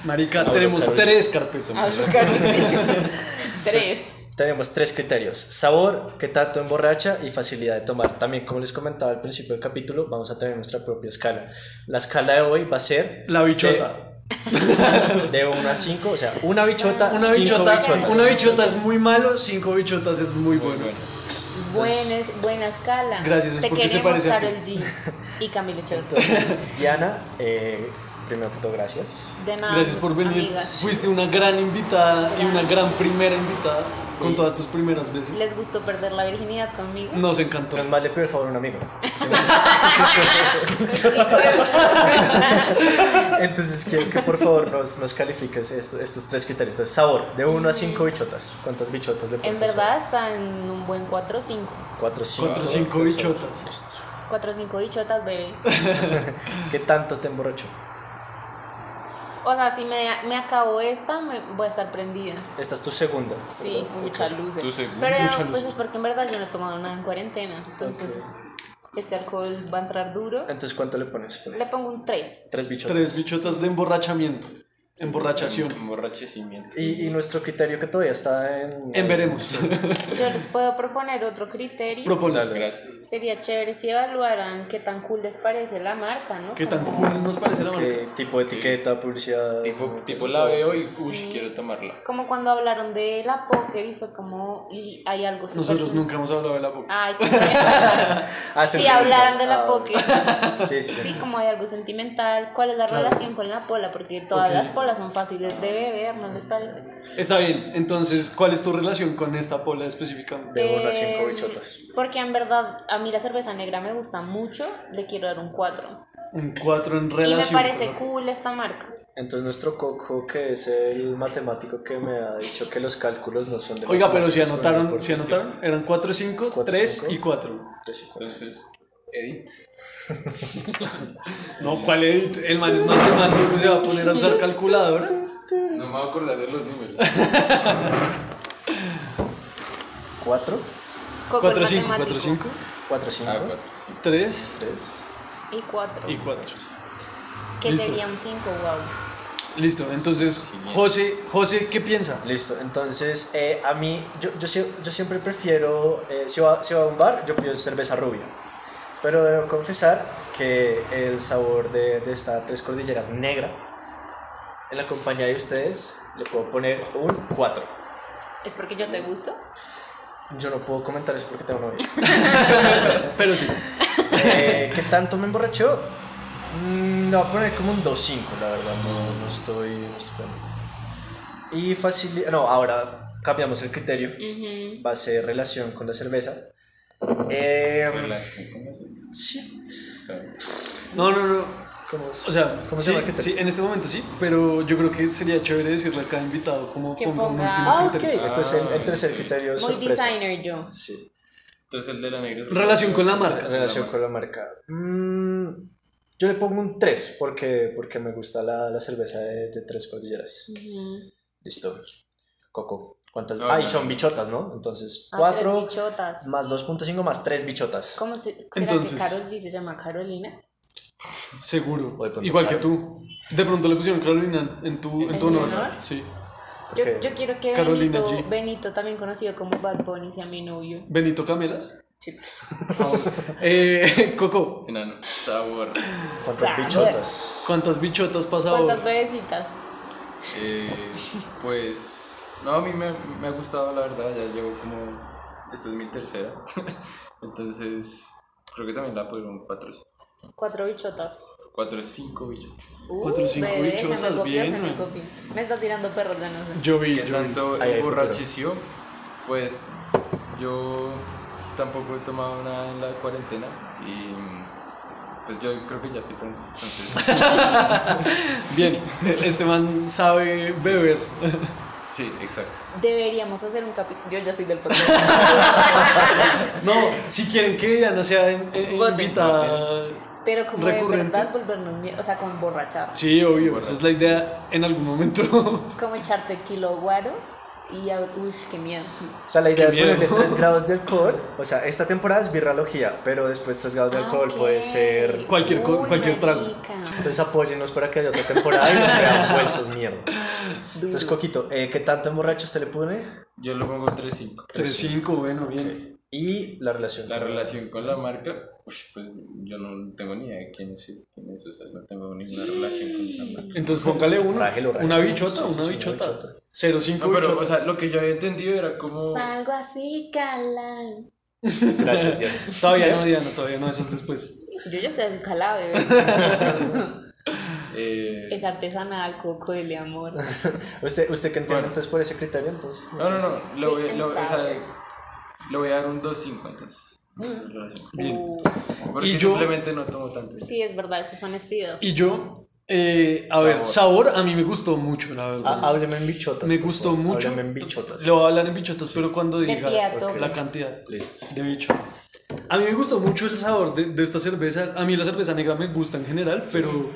Speaker 3: Marica,
Speaker 1: Abro
Speaker 3: tenemos
Speaker 1: carolina.
Speaker 3: tres carpetas.
Speaker 4: Ah,
Speaker 3: (laughs)
Speaker 4: Tres.
Speaker 1: Tenemos tres criterios: sabor, qué tanto emborracha y facilidad de tomar. También, como les comentaba al principio del capítulo, vamos a tener nuestra propia escala. La escala de hoy va a
Speaker 3: (laughs)
Speaker 1: ser
Speaker 3: La bichota.
Speaker 1: de 1 a 5, o sea, una bichota,
Speaker 3: Una
Speaker 1: cinco
Speaker 3: bichota,
Speaker 1: bichotas.
Speaker 3: una bichota es muy malo, cinco bichotas es muy bueno.
Speaker 2: Bueno,
Speaker 4: Buenas, buena escala.
Speaker 3: Gracias, es
Speaker 4: Te
Speaker 3: porque se
Speaker 4: queremos,
Speaker 3: parece a ti.
Speaker 4: Karol G. Y Camilo
Speaker 3: (laughs)
Speaker 4: Chotto.
Speaker 1: Entonces, Diana, eh, primero que todo, gracias.
Speaker 4: De nada.
Speaker 3: Gracias por venir.
Speaker 4: amigas.
Speaker 3: Fuiste una gran invitada y una gran primera invitada con
Speaker 1: Y-
Speaker 3: todas tus primeras veces.
Speaker 4: ¿Les gustó perder la virginidad conmigo?
Speaker 3: Nos encantó.
Speaker 1: Menos mal le pido el favor a un
Speaker 3: (laughs)
Speaker 1: amigo. Entonces, quiero que por favor nos, nos califiques esto- estos tres criterios. Entonces, sabor, de 1 a 5 bichotas. ¿Cuántas bichotas le
Speaker 4: En
Speaker 1: pones?
Speaker 4: verdad está en un buen 4 o 5.
Speaker 1: 4 5.
Speaker 3: Cuatro, cinco bichotas.
Speaker 4: 4 o 5 bichotas, bebé.
Speaker 1: ¿Qué tanto te emborrachó?
Speaker 4: O sea, si me, me acabo esta, me, voy a estar prendida.
Speaker 1: Esta es tu segunda.
Speaker 4: Sí, mucha luz.
Speaker 2: tu segunda.
Speaker 4: Pero
Speaker 3: Mucha
Speaker 4: pues
Speaker 3: luz.
Speaker 4: es porque en verdad yo no he tomado nada en cuarentena. Entonces, este alcohol va a entrar duro.
Speaker 1: Entonces, ¿cuánto le pones? Pues,
Speaker 4: Le pongo un 3.
Speaker 1: Tres bichotas.
Speaker 3: Tres bichotas de emborrachamiento. Emborrachación.
Speaker 2: emborrachecimiento.
Speaker 1: Y, y nuestro criterio que todavía está en.
Speaker 3: En veremos.
Speaker 4: Yo les puedo proponer otro criterio.
Speaker 3: Proponle.
Speaker 2: Gracias.
Speaker 4: Sería chévere si evaluaran qué tan cool les parece la marca, ¿no?
Speaker 3: ¿Qué tan
Speaker 4: Como-
Speaker 3: cool nos parece la marca?
Speaker 1: ¿Qué tipo de etiqueta, publicidad?
Speaker 2: Tipo,
Speaker 4: Ah,
Speaker 2: tipo la veo y, uy, quiero tomarla.
Speaker 4: Como cuando hablaron de la póker y fue como, y hay algo súper
Speaker 3: Nosotros
Speaker 4: sub-
Speaker 3: nunca hemos hablado de la boca.
Speaker 4: Ay, qué- (laughs)
Speaker 1: Ah,
Speaker 4: si
Speaker 1: sentimental.
Speaker 4: hablaran de la
Speaker 1: Ah,
Speaker 4: póker.
Speaker 1: (laughs) Sí, sí, sí.
Speaker 4: Sí, como hay algo sentimental. ¿Cuál es la relación con la pola? Porque todas
Speaker 3: Ok.
Speaker 4: las polas son fáciles de beber, ¿no les parece?
Speaker 3: Está bien, entonces, ¿cuál es tu relación con esta pola específicamente?
Speaker 1: De uno a cinco
Speaker 4: Eh,
Speaker 1: bichotas.
Speaker 4: Porque en verdad, a mí la cerveza negra me gusta mucho. Le quiero dar un 4.
Speaker 3: Un 4 en
Speaker 4: Y me
Speaker 3: relación.
Speaker 4: parece cool esta marca.
Speaker 1: Entonces nuestro coco, que es el matemático que me ha dicho que los cálculos no son de...
Speaker 3: Oiga, pero si
Speaker 1: matemáticas,
Speaker 3: anotaron,
Speaker 1: por-
Speaker 3: si anotaron, eran 4, 5,
Speaker 1: Cuatro,
Speaker 3: 3
Speaker 1: cinco.
Speaker 3: y 4.
Speaker 1: Tres y cuatro.
Speaker 2: Entonces, edit.
Speaker 3: No, ¿cuál edit? El man es matemático, se va a poner a
Speaker 4: (laughs)
Speaker 3: usar calculadora.
Speaker 2: No me voy a acordar de los números.
Speaker 1: Cuatro,
Speaker 4: Coco
Speaker 3: 4,
Speaker 4: el
Speaker 3: 5, 4,
Speaker 4: matemático.
Speaker 3: 5,
Speaker 1: cuatro, cinco,
Speaker 2: Ah, cuatro, sí.
Speaker 3: 3
Speaker 1: tres.
Speaker 4: Y 4.
Speaker 3: y 4.
Speaker 4: Que
Speaker 3: listo.
Speaker 4: sería un 5, wow.
Speaker 3: Listo, entonces, José, José, ¿qué piensa?
Speaker 1: Listo, entonces eh, a mí, yo, yo, sie- yo siempre prefiero, eh, si, va, si va a un bar, yo pido cerveza rubia. Pero debo confesar que el sabor de, de esta Tres Cordilleras negra, en la compañía de ustedes, le puedo poner un cuatro.
Speaker 4: ¿Es porque yo te gusto?
Speaker 1: Yo no puedo comentar eso porque tengo novia.
Speaker 3: Pero sí,
Speaker 1: Eh, ¿Qué tanto me emborrachó? Mm, Le voy a poner como un 2.5, la verdad. No, no estoy. no estoy tan- Y facilidad. No, ahora cambiamos el criterio.
Speaker 4: Ujú.
Speaker 1: Va a ser relación con la cerveza. Eh,
Speaker 2: Relación con las uñas.
Speaker 1: sí.
Speaker 2: Está bien.
Speaker 3: no, no, no.
Speaker 1: ¿Cómo es?
Speaker 3: O sea,
Speaker 1: ¿Cómo se
Speaker 3: sí,
Speaker 1: llama el criterio?
Speaker 3: sí, en este momento sí, pero yo creo que sería chévere decirle a cada invitado cómo
Speaker 4: Que
Speaker 3: ponga un
Speaker 4: ponga-
Speaker 1: Ah,
Speaker 3: último
Speaker 1: ok.
Speaker 3: criterio.
Speaker 1: Entonces el, el
Speaker 2: Ah,
Speaker 1: tercer
Speaker 2: sí.
Speaker 1: criterio es
Speaker 4: Muy
Speaker 1: sorpresa.
Speaker 4: designer yo.
Speaker 1: Sí.
Speaker 2: Entonces el de la negra. es-
Speaker 3: Relación con la marca.
Speaker 1: Relación con la marca. Mm, yo le pongo un 3 porque, porque me gusta la, la cerveza de, de tres cordilleras.
Speaker 4: Ujú. Ah,
Speaker 1: Listo. Coco. ¿Cuántas?
Speaker 2: No,
Speaker 1: ah,
Speaker 2: no,
Speaker 1: y
Speaker 2: no.
Speaker 1: son bichotas, ¿no? Entonces,
Speaker 4: Ah, tres
Speaker 1: 4
Speaker 4: bichotas.
Speaker 1: más 2.5 más 3 bichotas.
Speaker 4: ¿Cómo se, será
Speaker 3: Entonces-
Speaker 4: que Carol G se llama Carolina?
Speaker 3: Seguro.
Speaker 1: Voy pronto.
Speaker 3: Igual que tú. De pronto le pusieron Carolina en tu, en tu
Speaker 4: ¿En mi
Speaker 3: honor.
Speaker 4: honor?
Speaker 3: Sí.
Speaker 4: Yo,
Speaker 1: Ok.
Speaker 4: yo quiero que
Speaker 3: Carolina
Speaker 4: Benito,
Speaker 3: G.
Speaker 4: Benito, también conocido como Bad Bunny, sea mi novio.
Speaker 3: Benito Camelas.
Speaker 4: Sí.
Speaker 3: Eh, (laughs) Coco,
Speaker 2: Enano. Sabor.
Speaker 1: ¿Cuántas
Speaker 4: Sabe.
Speaker 1: bichotas?
Speaker 3: ¿cuántas bichotas pasaba?
Speaker 4: ¿Cuántas bebecitas?
Speaker 2: Eh, pues. No, a mí me, me ha gustado, la verdad. Ya llevo como. Esta es mi tercera. (laughs) Entonces. Creo que también la pudieron cuatro,
Speaker 4: Cuatro bichotas.
Speaker 2: cuatro cinco bichos.
Speaker 4: Uh,
Speaker 3: Cuatro o cinco
Speaker 4: bebé, se me
Speaker 3: bichotas,
Speaker 4: copió,
Speaker 3: bien,
Speaker 4: se me
Speaker 3: man.
Speaker 4: copió. Me está tirando perros, ya no sé.
Speaker 3: Yo vi,
Speaker 2: ¿Qué
Speaker 3: yo vi.
Speaker 2: tanto
Speaker 1: Ahí hay
Speaker 2: emborracheció? Pues yo tampoco he tomado nada en la cuarentena y pues yo creo que ya estoy pronto.
Speaker 1: (laughs)
Speaker 2: Entonces,
Speaker 3: Bien, este man sabe beber.
Speaker 2: sí, exacto.
Speaker 4: Deberíamos hacer un capítulo. Yo ya soy del podcast.
Speaker 3: No, si quieren que Diana sea en- en-
Speaker 4: Voten,
Speaker 3: invitada.
Speaker 4: Pero como de
Speaker 3: Recurrente.
Speaker 4: verdad volvernos mie- o sea, como emborrachar. (laughs)
Speaker 3: Sí, obvio, esa es la idea en algún momento.
Speaker 4: Como echarte kilo guaro Y ya, uff, qué miedo.
Speaker 1: O sea, la idea
Speaker 3: Qué
Speaker 1: de ponerle
Speaker 3: miedo. (laughs)
Speaker 1: 3 grados de alcohol, o sea, esta temporada es birralogía, pero después 3 grados de alcohol puede ser...
Speaker 3: Cualquier co- cualquier trago.
Speaker 4: Ah, marica.
Speaker 1: Entonces apóyennos para que haya otra temporada y nos
Speaker 3: (laughs)
Speaker 1: vean vueltos mierda. Entonces, Coquito, eh, ¿qué tanto emborracho usted le pone?
Speaker 2: Yo le pongo 3-5.
Speaker 3: 3-5, bueno, bien.
Speaker 1: Y la relación.
Speaker 2: La relación con la marca, ush, pues yo no tengo ni idea de quién es, eso, quién es, o sea, no tengo ninguna relación con la marca.
Speaker 3: Entonces póngale uno.
Speaker 1: Rájelo, rájelo.
Speaker 3: Una bichota,
Speaker 1: Sí, sí,
Speaker 3: una
Speaker 1: sí,
Speaker 3: bichota. 0-5
Speaker 2: No, pero, o
Speaker 3: bichotas.
Speaker 2: sea, lo que yo había entendido era como.
Speaker 4: Salgo así, calán.
Speaker 1: Gracias, Diana.
Speaker 3: Todavía no, Diana, todavía no, eso es después.
Speaker 4: Yo ya estoy así calado,
Speaker 3: (laughs)
Speaker 4: bebé.
Speaker 2: eh,
Speaker 4: es artesanal, coco de amor.
Speaker 1: (laughs) ¿Usted, usted qué entiende
Speaker 2: Bueno.
Speaker 1: entonces por ese criterio? Entonces, pues,
Speaker 2: No, no, no.
Speaker 4: Sí,
Speaker 2: Le voy, le, voy- o sea,
Speaker 4: pensado.
Speaker 2: le voy a dar un 2.5 entonces.
Speaker 4: Mm.
Speaker 2: Relación.
Speaker 4: Uh,
Speaker 2: Porque
Speaker 3: Y yo-
Speaker 2: simplemente no tomo tanto.
Speaker 4: sí, es verdad, eso es honestidad.
Speaker 3: Y yo, eh, a ver, sabor a mí me gustó mucho, la verdad.
Speaker 1: Ah, hábleme en bichotas.
Speaker 3: Me
Speaker 1: por
Speaker 3: gustó
Speaker 1: favor.
Speaker 3: mucho.
Speaker 1: Hábleme en bichotas.
Speaker 3: Le voy a hablar en bichotas, pero cuando diga
Speaker 4: piato.
Speaker 3: Ah. ok, la cantidad
Speaker 1: Listo.
Speaker 3: de bichotas. A mí me gustó mucho el sabor de, de esta cerveza. A mí la cerveza negra me gusta en general, pero,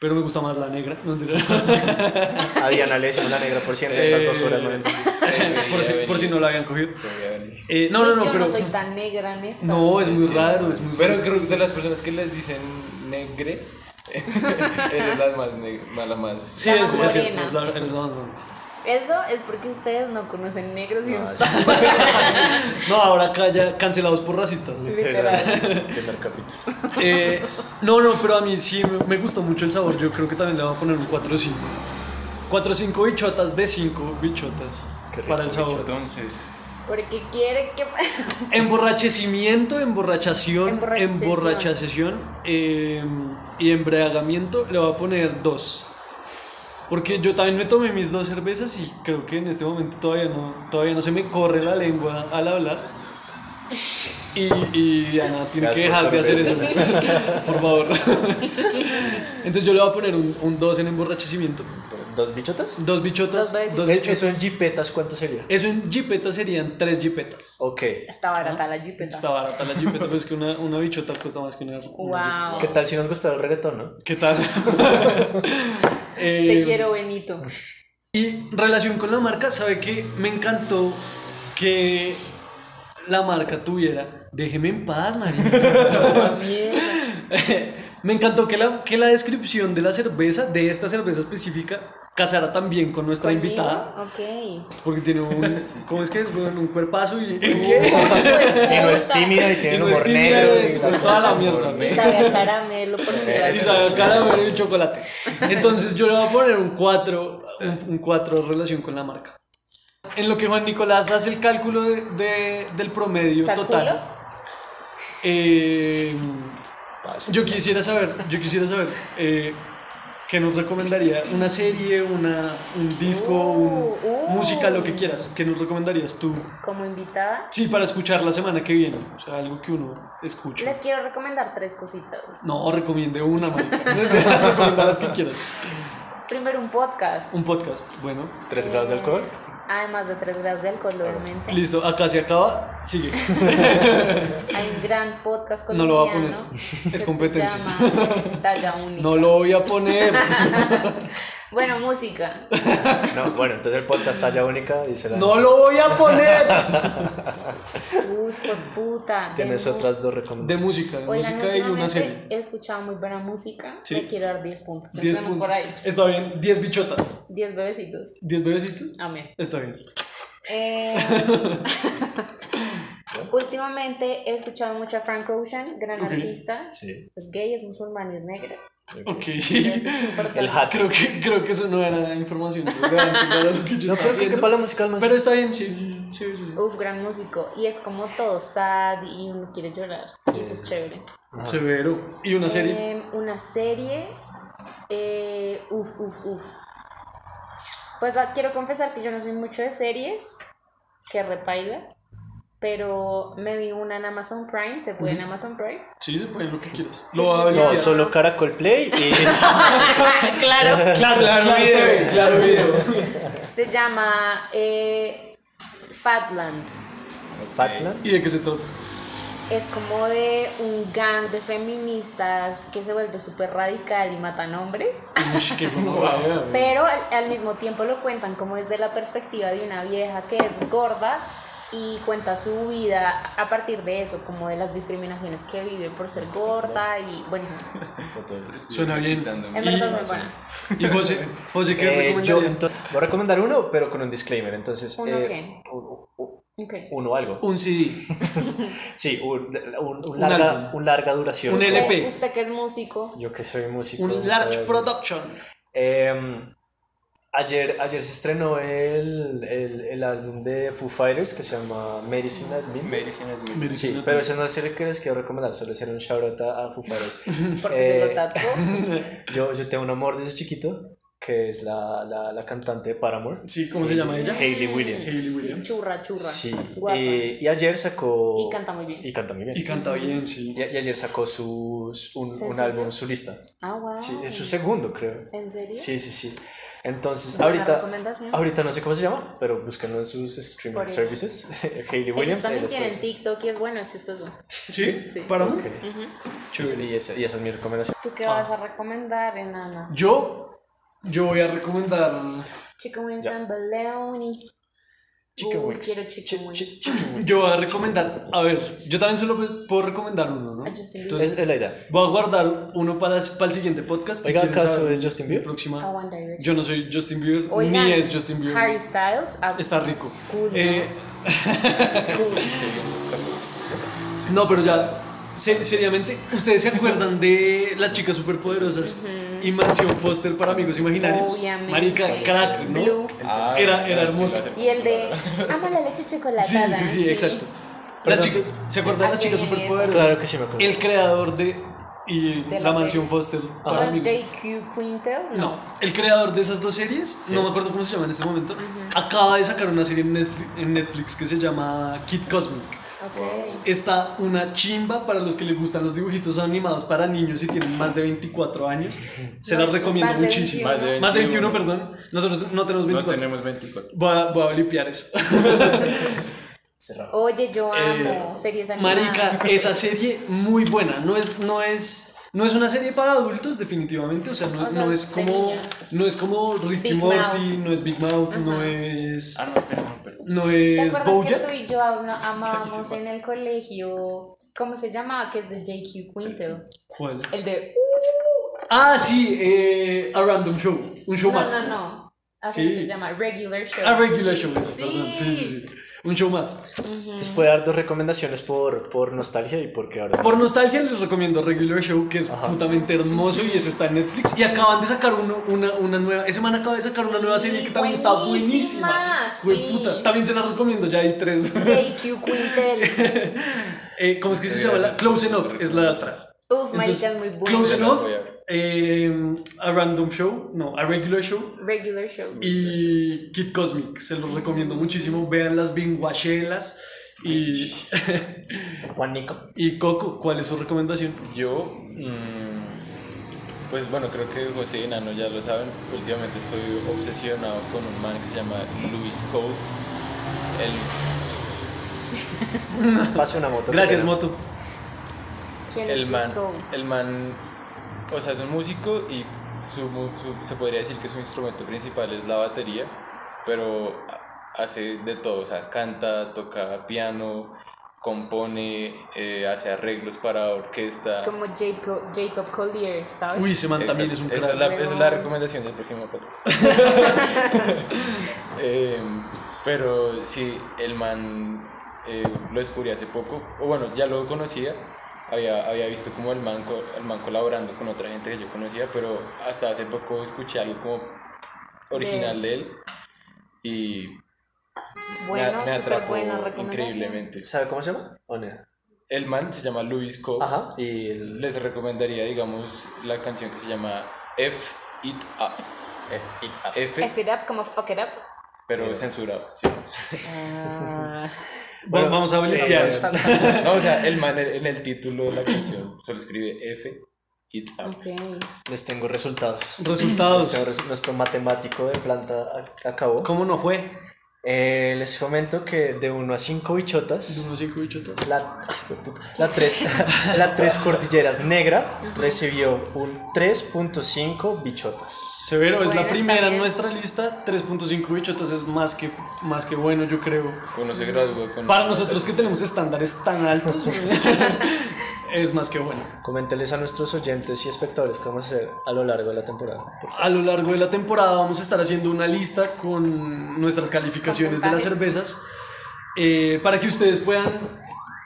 Speaker 3: pero me gusta más la negra. No, (laughs) mentira.
Speaker 1: A Diana le decimos la negra por siempre estas dos horas. No
Speaker 3: Eh,
Speaker 1: mentira.
Speaker 2: (laughs)
Speaker 3: por, si, por si no la habían cogido.
Speaker 2: Yo voy a venir.
Speaker 3: Eh, no, no, no,
Speaker 4: yo
Speaker 3: pero.
Speaker 4: no soy tan negra en esta.
Speaker 3: No, es muy raro, es muy
Speaker 2: Pero
Speaker 3: raro.
Speaker 2: creo que de las personas que les dicen negre, (laughs) eres la más negra, la más.
Speaker 3: Sí,
Speaker 4: La
Speaker 3: es,
Speaker 4: más
Speaker 3: es cierto,
Speaker 4: morena.
Speaker 3: es la, es la más morena.
Speaker 4: Eso es porque ustedes no conocen negros
Speaker 3: (laughs)
Speaker 4: y
Speaker 1: Ah,
Speaker 4: están
Speaker 3: No, ahora calla, cancelados por racistas.
Speaker 4: literal.
Speaker 1: Primer capítulo.
Speaker 3: Eh, no, no, pero a mí sí me- me gustó mucho el sabor. Yo creo que también le voy a poner un 4-5. 4-5 bichotas de 5 bichotas
Speaker 1: Qué rico
Speaker 3: para el sabor.
Speaker 2: Entonces.
Speaker 4: Porque quiere que.
Speaker 3: Emborrachecimiento, emborrachación,
Speaker 4: Emborrachación.
Speaker 3: emborrachación eh, y embriagamiento le voy a poner 2. Porque yo también me tomé mis dos cervezas y creo que en este momento todavía no, todavía no se me corre la lengua al hablar. Y, y Diana tiene que
Speaker 1: Gracias
Speaker 3: dejar
Speaker 1: por
Speaker 3: de hacer eso,
Speaker 1: sorprender.
Speaker 3: (laughs) por favor. Entonces yo le voy a poner un 2 en emborrachecimiento.
Speaker 1: ¿Dos bichotas?
Speaker 3: Dos bichotas.
Speaker 4: Dos veces.
Speaker 3: Dos
Speaker 1: Es-
Speaker 3: bichotas. Eh,
Speaker 1: Eso en jipetas, ¿cuánto sería?
Speaker 3: Eso en jipetas serían tres jipetas.
Speaker 1: Ok. ¿Qué
Speaker 4: (laughs) Está barata la jipeta.
Speaker 3: Está barata la jipeta, pero es que una, una bichota cuesta más que una. una
Speaker 4: Wow.
Speaker 1: tal si nos gustaba el reggaetón,
Speaker 4: (laughs)
Speaker 1: no?
Speaker 3: jipeta. ¿Qué tal? Eh,
Speaker 4: Te
Speaker 3: (laughs)
Speaker 4: quiero, Benito.
Speaker 3: Y relación con la marca, sabe que me encantó que la marca tuviera. Déjeme en paz, marica. (laughs) me encantó que la, que la descripción de la cerveza, de esta cerveza específica, casara también con nuestra
Speaker 4: ¿Conmigo?
Speaker 3: invitada.
Speaker 4: Ok.
Speaker 3: Porque tiene
Speaker 4: (laughs)
Speaker 3: un. ¿Cómo es que es? Bueno, un cuerpazo (laughs) y.
Speaker 1: Y no
Speaker 4: (laughs)
Speaker 1: es tímida y
Speaker 3: Y
Speaker 1: tiene
Speaker 3: no
Speaker 1: un
Speaker 3: es
Speaker 1: humor
Speaker 3: tímida,
Speaker 1: negro.
Speaker 3: es
Speaker 1: y la
Speaker 3: toda la
Speaker 1: cosa.
Speaker 3: mierda.
Speaker 4: Y sabe a caramelo
Speaker 3: (laughs)
Speaker 4: por si
Speaker 3: Y
Speaker 4: acaso.
Speaker 3: sabe a caramelo y chocolate. Entonces yo le voy a poner un 4, un 4 relación con la marca. En lo que Juan Nicolás hace el cálculo de- de- del promedio
Speaker 4: ¿Calculo?
Speaker 3: total. eh, yo quisiera saber, yo quisiera saber eh, qué nos recomendaría una serie, una, un disco,
Speaker 4: Uh,
Speaker 3: un-
Speaker 4: uh.
Speaker 3: música, lo que quieras. ¿Qué nos recomendarías tú?
Speaker 4: Como invitada,
Speaker 3: Sí, para escuchar la semana que viene. O sea, algo que uno escuche.
Speaker 4: les quiero recomendar tres cositas.
Speaker 3: No, recomiende
Speaker 4: (laughs)
Speaker 3: una, (laughs) marica. Recomienda las que quieras.
Speaker 4: Primero, un podcast.
Speaker 3: Un podcast, bueno.
Speaker 1: ¿Tres grados de alcohol?
Speaker 4: Además de tres grados de alcohol, obviamente.
Speaker 3: Listo, acá se acaba. Sigue.
Speaker 4: Hay un gran podcast
Speaker 3: No
Speaker 4: colombiano.
Speaker 3: lo voy a (laughs) poner.
Speaker 4: que
Speaker 3: Es
Speaker 4: se
Speaker 3: competencia.
Speaker 4: llama Daga Única.
Speaker 3: No lo voy a poner.
Speaker 4: Bueno, música.
Speaker 1: No, bueno, entonces el podcast talla única y se la.
Speaker 3: No lo voy a poner.
Speaker 4: Uy, fue puta. de
Speaker 1: Tienes
Speaker 4: mu-
Speaker 1: otras dos
Speaker 3: De
Speaker 1: recomendaciones.
Speaker 3: música, de
Speaker 4: Oigan,
Speaker 3: música y una
Speaker 4: últimamente
Speaker 3: serie.
Speaker 4: he escuchado muy buena música.
Speaker 3: Sí.
Speaker 4: Le quiero dar 10 puntos.
Speaker 3: 10
Speaker 4: Empecemos
Speaker 3: puntos.
Speaker 4: por ahí.
Speaker 3: Está bien. 10 bichotas.
Speaker 4: 10 bebecitos.
Speaker 3: 10 bebecitos. (laughs)
Speaker 4: Amén.
Speaker 3: Está bien.
Speaker 4: Eh, (laughs) últimamente he escuchado mucho a Frank Ocean, gran
Speaker 3: Ok.
Speaker 4: artista.
Speaker 1: Sí.
Speaker 4: Es gay, es musulmán y
Speaker 3: (laughs)
Speaker 4: es negro.
Speaker 3: Ok.
Speaker 4: Eso es importante.
Speaker 1: El hat.
Speaker 3: Creo que, creo que eso no era información. relevante para lo que yo
Speaker 1: No, pero
Speaker 3: estaba
Speaker 1: creo que
Speaker 3: viendo.
Speaker 1: para la música más.
Speaker 3: Pero está bien, sí. sí, sí, sí.
Speaker 4: Uf, gran músico. Y es como todo sad y uno quiere llorar. Y eso es chévere.
Speaker 3: Severo. Y una serie.
Speaker 4: Em, una serie. eh, uf, uf, uf. Pues la- quiero confesar que yo no soy mucho de series, que repaila, pero me vi una en Amazon Prime, se puede en
Speaker 3: (laughs)
Speaker 4: Amazon Prime.
Speaker 3: Sí, se puede lo que quieras. Lo voy a ver.
Speaker 1: No, solo Caracol Play y. (laughs)
Speaker 3: (laughs)
Speaker 4: claro.
Speaker 3: Claro, claro, video. Claro, video.
Speaker 4: Se llama eh, Fatland.
Speaker 1: Fatland.
Speaker 3: ¿Y de qué se trata?
Speaker 4: es como de un gang de feministas que se vuelve súper radical y matan hombres.
Speaker 3: (laughs)
Speaker 4: Pero al, al mismo tiempo lo cuentan como desde la perspectiva de una vieja que es gorda y cuenta su vida a partir de eso, como de las discriminaciones que vive por ser gorda y
Speaker 1: (laughs)
Speaker 4: bueno,
Speaker 3: Suena bien.
Speaker 4: en verdad es muy buena.
Speaker 3: Y José, José ¿qué
Speaker 1: Eh, yo
Speaker 3: recomendaría?
Speaker 1: ento- voy a recomendar uno, pero con un disclaimer. Entonces,
Speaker 4: ¿Uno
Speaker 1: eh,
Speaker 4: qué?
Speaker 1: u- u-
Speaker 4: Ok.
Speaker 1: uno algo.
Speaker 3: Un CD.
Speaker 1: Sí, un, un- un
Speaker 3: Un
Speaker 1: larga,
Speaker 3: álbum.
Speaker 1: un larga duración.
Speaker 3: Un
Speaker 4: Usted-
Speaker 3: LP.
Speaker 4: Eh, Usted que es músico.
Speaker 1: Yo que soy músico.
Speaker 3: Un
Speaker 1: muchas
Speaker 3: large
Speaker 1: veces.
Speaker 3: production.
Speaker 1: Em, ayer, ayer se estrenó el, el, el álbum de Foo Fighters que se llama Medicine at Midnight.
Speaker 2: Medicine at Midnight.
Speaker 1: Sí, pero ese no es el que les quiero recomendar, solo hacer un shoutout a a Foo Fighters.
Speaker 4: Porque se
Speaker 1: Eh,
Speaker 4: lo tatuó.
Speaker 1: (laughs) yo, yo tengo un amor desde chiquito, que es la, la, la cantante de Paramore,
Speaker 6: Sí, ¿cómo se llama ella?
Speaker 1: Hayley Williams.
Speaker 6: Hayley Williams.
Speaker 4: Churra, churra.
Speaker 1: Sí, eh,
Speaker 4: Guapa.
Speaker 1: y, y ayer sacó...
Speaker 4: Y canta muy bien.
Speaker 1: Y canta muy bien.
Speaker 6: Y
Speaker 1: Y,
Speaker 6: canta bien, sí.
Speaker 1: y ayer sacó sus, un, un
Speaker 4: Sencillo.
Speaker 1: álbum solista.
Speaker 4: Ah, wow.
Speaker 1: Sí, es su segundo, creo.
Speaker 4: ¿En serio?
Speaker 1: Sí, sí, sí. Entonces,
Speaker 4: Buena
Speaker 1: ahorita,
Speaker 4: recomendación.
Speaker 1: ahorita no sé cómo se llama, pero búsquenlo en sus streaming
Speaker 4: Por ahí.
Speaker 1: services. (laughs) Hayley
Speaker 4: Ellos
Speaker 1: Williams. ahí
Speaker 4: también
Speaker 1: les
Speaker 4: tienen
Speaker 1: aparece.
Speaker 4: TikTok y es bueno, es chistoso.
Speaker 6: ¿Sí?
Speaker 4: Sí.
Speaker 6: ¿Para mí?
Speaker 1: Ok. Sí, Y esa, y esa es mi recomendación.
Speaker 4: ¿Tú qué vas a recomendar, enana?
Speaker 3: Yo, yo voy a recomendar.
Speaker 4: Chicken Wings and Bologna.
Speaker 1: Chicken
Speaker 4: Uy,
Speaker 1: wings.
Speaker 4: Quiero Chicken Wings.
Speaker 3: Yo voy a recomendar. A ver, yo también solo puedo recomendar uno, ¿no?
Speaker 4: A Justin Bieber.
Speaker 1: Es, es la idea.
Speaker 3: Voy a guardar uno para, para el siguiente podcast.
Speaker 1: Oiga,
Speaker 3: quieres
Speaker 1: ¿acaso
Speaker 3: saber
Speaker 1: es Justin Bieber?
Speaker 3: mi próxima-
Speaker 4: A One Direction.
Speaker 3: Yo no soy Justin Bieber,
Speaker 4: Oigan,
Speaker 3: ni es Justin Bieber.
Speaker 4: Harry Styles. a-
Speaker 3: Está rico.
Speaker 4: Cool, ¿no?
Speaker 3: Eh,
Speaker 4: Cool.
Speaker 3: No, pero ya, se- seriamente, ¿ustedes se acuerdan de las chicas superpoderosas y Mansión Foster para amigos imaginarios?
Speaker 4: Obviamente.
Speaker 3: Marica, crack, ¿no?
Speaker 4: Blue.
Speaker 2: Ah,
Speaker 3: Era- era
Speaker 2: sí,
Speaker 3: hermoso.
Speaker 2: la
Speaker 4: Y el de ama la leche chocolatada.
Speaker 3: Sí, sí, sí, exacto. Las
Speaker 1: Perdón.
Speaker 3: chicas, ¿Se acuerdan de las chicas
Speaker 4: Alguien es-
Speaker 3: superpoderosas?
Speaker 1: Claro que sí me acuerdo.
Speaker 3: El creador de y
Speaker 4: De la
Speaker 3: la Mansión Foster
Speaker 4: ¿No
Speaker 3: para
Speaker 4: es
Speaker 3: amigos.
Speaker 4: JQ Quintel?
Speaker 3: Ah, No, el creador de esas dos series, no me acuerdo cómo se llama en este momento, acaba de sacar una serie en Netflix, en Netflix que se llama Kid Cosmic.
Speaker 4: Ok.
Speaker 3: Está una chimba para los que les gustan los dibujitos animados para niños y tienen más de 24 años. Se las
Speaker 4: No,
Speaker 3: recomiendo
Speaker 4: más de
Speaker 3: muchísimo.
Speaker 4: 21.
Speaker 3: Más de 21, perdón. Nosotros no tenemos
Speaker 2: No
Speaker 3: 24.
Speaker 2: tenemos 24.
Speaker 3: Voy a, voy a blipear eso.
Speaker 1: Cerrado.
Speaker 4: Oye, yo amo
Speaker 3: Eh,
Speaker 4: series animadas.
Speaker 3: Marica, esa serie muy buena. No es, no es, no es una serie para adultos, definitivamente. O sea, no,
Speaker 4: O sea,
Speaker 3: no
Speaker 4: es
Speaker 3: es
Speaker 4: de
Speaker 3: como,
Speaker 4: niños.
Speaker 3: no es como Rick y
Speaker 4: Big
Speaker 3: Morty,
Speaker 4: Mouth.
Speaker 3: no es Big Mouth, no es,
Speaker 2: Ah, no, espera, no, perdón.
Speaker 3: no
Speaker 4: ¿Te
Speaker 3: es
Speaker 4: acuerdas que
Speaker 3: Bojack.
Speaker 4: tú y
Speaker 3: (laughs)
Speaker 4: yo habla- amábamos en el colegio? ¿Cómo se llamaba? Que es de JQ Quintel.
Speaker 3: ¿Cuál?
Speaker 4: El de.
Speaker 3: Ah, sí, eh, A Random Show. Un show
Speaker 4: No,
Speaker 3: más.
Speaker 4: no, no. Así
Speaker 3: Sí. Ah,
Speaker 4: se llama. Regular Show.
Speaker 3: A regular show, eso,
Speaker 4: Sí.
Speaker 3: perdón. Sí, sí, sí. Un show más.
Speaker 1: Entonces puede dar dos recomendaciones por, por nostalgia y porque ahora...
Speaker 3: Por nostalgia les recomiendo Regular Show, que es
Speaker 1: Ajá.
Speaker 3: putamente hermoso y ese está en Netflix. Y acaban de sacar uno, una, una nueva. Ese man acaba de sacar una
Speaker 4: Sí,
Speaker 3: nueva serie que también está
Speaker 4: buenísima,
Speaker 3: buenísima.
Speaker 4: sí.
Speaker 3: Jueputa. También se las recomiendo, ya hay tres.
Speaker 4: JQ Quintel.
Speaker 3: (laughs) Eh, ¿Cómo es que se llama? La? Close Enough es la de atrás.
Speaker 4: Uf,
Speaker 3: Entonces,
Speaker 4: Marica es Oh muy
Speaker 3: Close
Speaker 4: buena.
Speaker 3: Enough,
Speaker 2: Voy a ver.
Speaker 3: eh, A Random Show, no, A Regular Show.
Speaker 4: Regular Show.
Speaker 3: Y Kid Cosmic, se los recomiendo muchísimo. Vean las binguachelas y,
Speaker 1: Juan Nico.
Speaker 3: y Coco. ¿Cuál es su recomendación?
Speaker 2: Yo, mm, pues bueno, creo que José y Nano ya lo saben. Últimamente estoy obsesionado con un man que se llama Luis Code. El,
Speaker 1: Pase una moto.
Speaker 3: Gracias,
Speaker 1: Pero-
Speaker 3: Moto.
Speaker 4: ¿Quién es
Speaker 2: el man,
Speaker 4: Disco?
Speaker 2: el man, o sea, es un músico y su mu- su- se podría decir que su instrumento principal es la batería, pero hace de todo, o sea, canta, toca piano, compone, eh, hace arreglos para orquesta.
Speaker 4: Como Jacob, Jacob Collier, ¿sabes?
Speaker 3: Uy, ese man también es un
Speaker 2: Exacto.
Speaker 3: crack.
Speaker 2: Esa es la, esa es la recomendación del próximo
Speaker 3: (laughs)
Speaker 2: podcast. Em, pero sí, el man eh, lo descubrí hace poco, o bueno, ya lo conocía, había, había visto como el man, co- el man colaborando con otra gente que yo conocía, pero hasta hace poco escuché algo como original de él y me a-
Speaker 4: bueno,
Speaker 2: me,
Speaker 4: súper
Speaker 2: atrapó
Speaker 4: buena recomendación.
Speaker 2: increíblemente.
Speaker 1: ¿Sabe cómo se llama? ¿O no?
Speaker 2: El man se llama Luis Coe,
Speaker 1: Ajá. Y el...
Speaker 2: les recomendaría, digamos, la canción que se llama F It Up. F,
Speaker 4: F it up como fuck it up.
Speaker 2: pero censurado. sí.
Speaker 1: Ah,
Speaker 3: Bueno, vamos a blipear
Speaker 1: eh,
Speaker 3: eso.
Speaker 2: No, o sea, el man en el título de la canción solo escribe F, it up.
Speaker 3: (laughs)
Speaker 4: ok.
Speaker 1: (laughs) Les tengo resultados.
Speaker 2: Este-
Speaker 3: Resultados.
Speaker 1: Nuestro, nuestro matemático de planta ac- acabó.
Speaker 3: ¿Cómo no fue?
Speaker 1: Eh, les comento que de 1 a 5 bichotas.
Speaker 3: De unos cinco bichotas.
Speaker 1: La, la, tres, (laughs) la Tres Cordilleras Negra recibió un 3.5 bichotas.
Speaker 3: Severo, es
Speaker 4: Bueno,
Speaker 3: la
Speaker 4: está
Speaker 3: primera en
Speaker 4: bien.
Speaker 3: nuestra lista. 3.5 bichotas es más que, más que bueno, yo creo.
Speaker 2: Uno Pues se graduó con.
Speaker 3: Para nosotros que tenemos
Speaker 2: (laughs)
Speaker 3: estándares tan altos, (laughs) es más que bueno.
Speaker 1: Coménteles a nuestros oyentes y espectadores qué vamos a hacer a lo largo de la temporada.
Speaker 3: A lo largo de la temporada vamos a estar haciendo una lista con nuestras calificaciones de las
Speaker 4: Con
Speaker 3: cervezas eh, para que ustedes puedan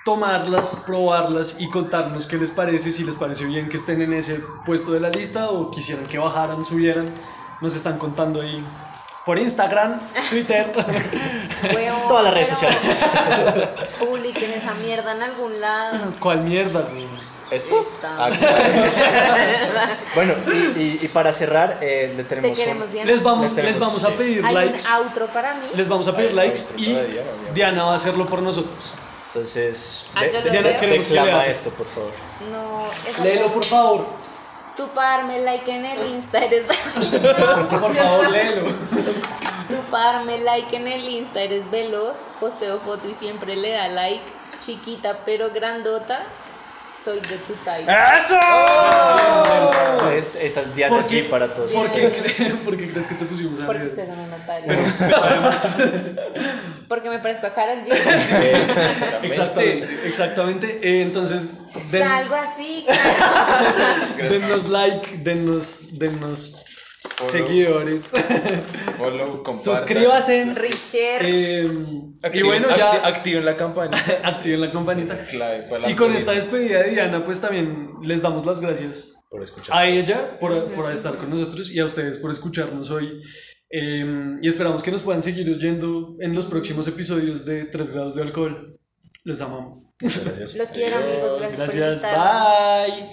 Speaker 3: tomarlas, probarlas y contarnos qué les parece, si les parece bien que estén en ese puesto de la lista o quisieran que bajaran, subieran. Nos están contando ahí por Instagram, Twitter. (laughs)
Speaker 4: Huevón,
Speaker 1: Todas las redes
Speaker 4: pero (laughs)
Speaker 1: sociales.
Speaker 4: Publiquen esa mierda en algún lado.
Speaker 3: ¿Cuál mierda? güey?
Speaker 1: ¿Esto?
Speaker 4: Está.
Speaker 1: Ah,
Speaker 4: (laughs)
Speaker 1: claro. bueno, y, y- y para cerrar, eh, le
Speaker 4: Te
Speaker 1: tenemos un-
Speaker 4: queremos bien.
Speaker 3: Les vamos,
Speaker 1: Les
Speaker 3: les vamos a pedir
Speaker 4: Hay
Speaker 3: likes.
Speaker 4: un outro para mí.
Speaker 3: Les vamos a pedir
Speaker 2: Ay,
Speaker 3: likes
Speaker 2: no,
Speaker 3: y
Speaker 2: todavía no, ya.
Speaker 3: Diana va a hacerlo por nosotros.
Speaker 1: Entonces,
Speaker 4: Ah,
Speaker 1: de-
Speaker 4: yo
Speaker 1: de-
Speaker 4: lo leo. Diana,
Speaker 3: queremos que
Speaker 1: declama
Speaker 3: leas
Speaker 1: esto, por favor.
Speaker 4: No, esa
Speaker 3: Léelo
Speaker 4: no.
Speaker 3: por
Speaker 4: (laughs)
Speaker 3: favor.
Speaker 4: Tú para darme like en el Insta eres
Speaker 3: (laughs)
Speaker 4: (laughs)
Speaker 3: Por favor, léelo.
Speaker 4: Tú para darme like en el Insta eres veloz. Posteo foto y siempre le da like. Chiquita pero grandota. Soy de tu type.
Speaker 1: ¡Eso! Es, esa es Diana
Speaker 3: Porque-
Speaker 1: G para todos.
Speaker 3: ¿Por qué,
Speaker 1: ustedes.
Speaker 3: cre- (laughs) por qué crees que te pusimos a
Speaker 4: Porque
Speaker 3: leer?
Speaker 4: ustedes no me notaron. Porque me parezco a
Speaker 2: (laughs)
Speaker 4: Karol G.
Speaker 3: Exactamente, exactamente. Eh, entonces, den-
Speaker 4: Salgo así. Karol.
Speaker 3: dennos like, dennos, dennos seguidores.
Speaker 2: Follow, compartan.
Speaker 3: (laughs) Suscríbanse.
Speaker 4: Richard.
Speaker 3: Eh, y
Speaker 2: Activen-
Speaker 3: bueno,
Speaker 2: acti-
Speaker 3: ya
Speaker 2: Activen la
Speaker 3: (laughs)
Speaker 2: campaña.
Speaker 3: activen la campanita.
Speaker 2: Es clave para la
Speaker 3: Y con esta
Speaker 2: actualidad.
Speaker 3: despedida de Diana, pues también les damos las gracias
Speaker 1: Por escuchar.
Speaker 3: a ella por, por estar con nosotros y a ustedes por escucharnos hoy. Eh, y esperamos que nos puedan seguir oyendo en los próximos episodios de 3 grados de alcohol. Los amamos.
Speaker 1: Gracias.
Speaker 4: Los quiero amigos. Gracias, por
Speaker 3: Gracias.
Speaker 4: invitarme.
Speaker 3: Bye.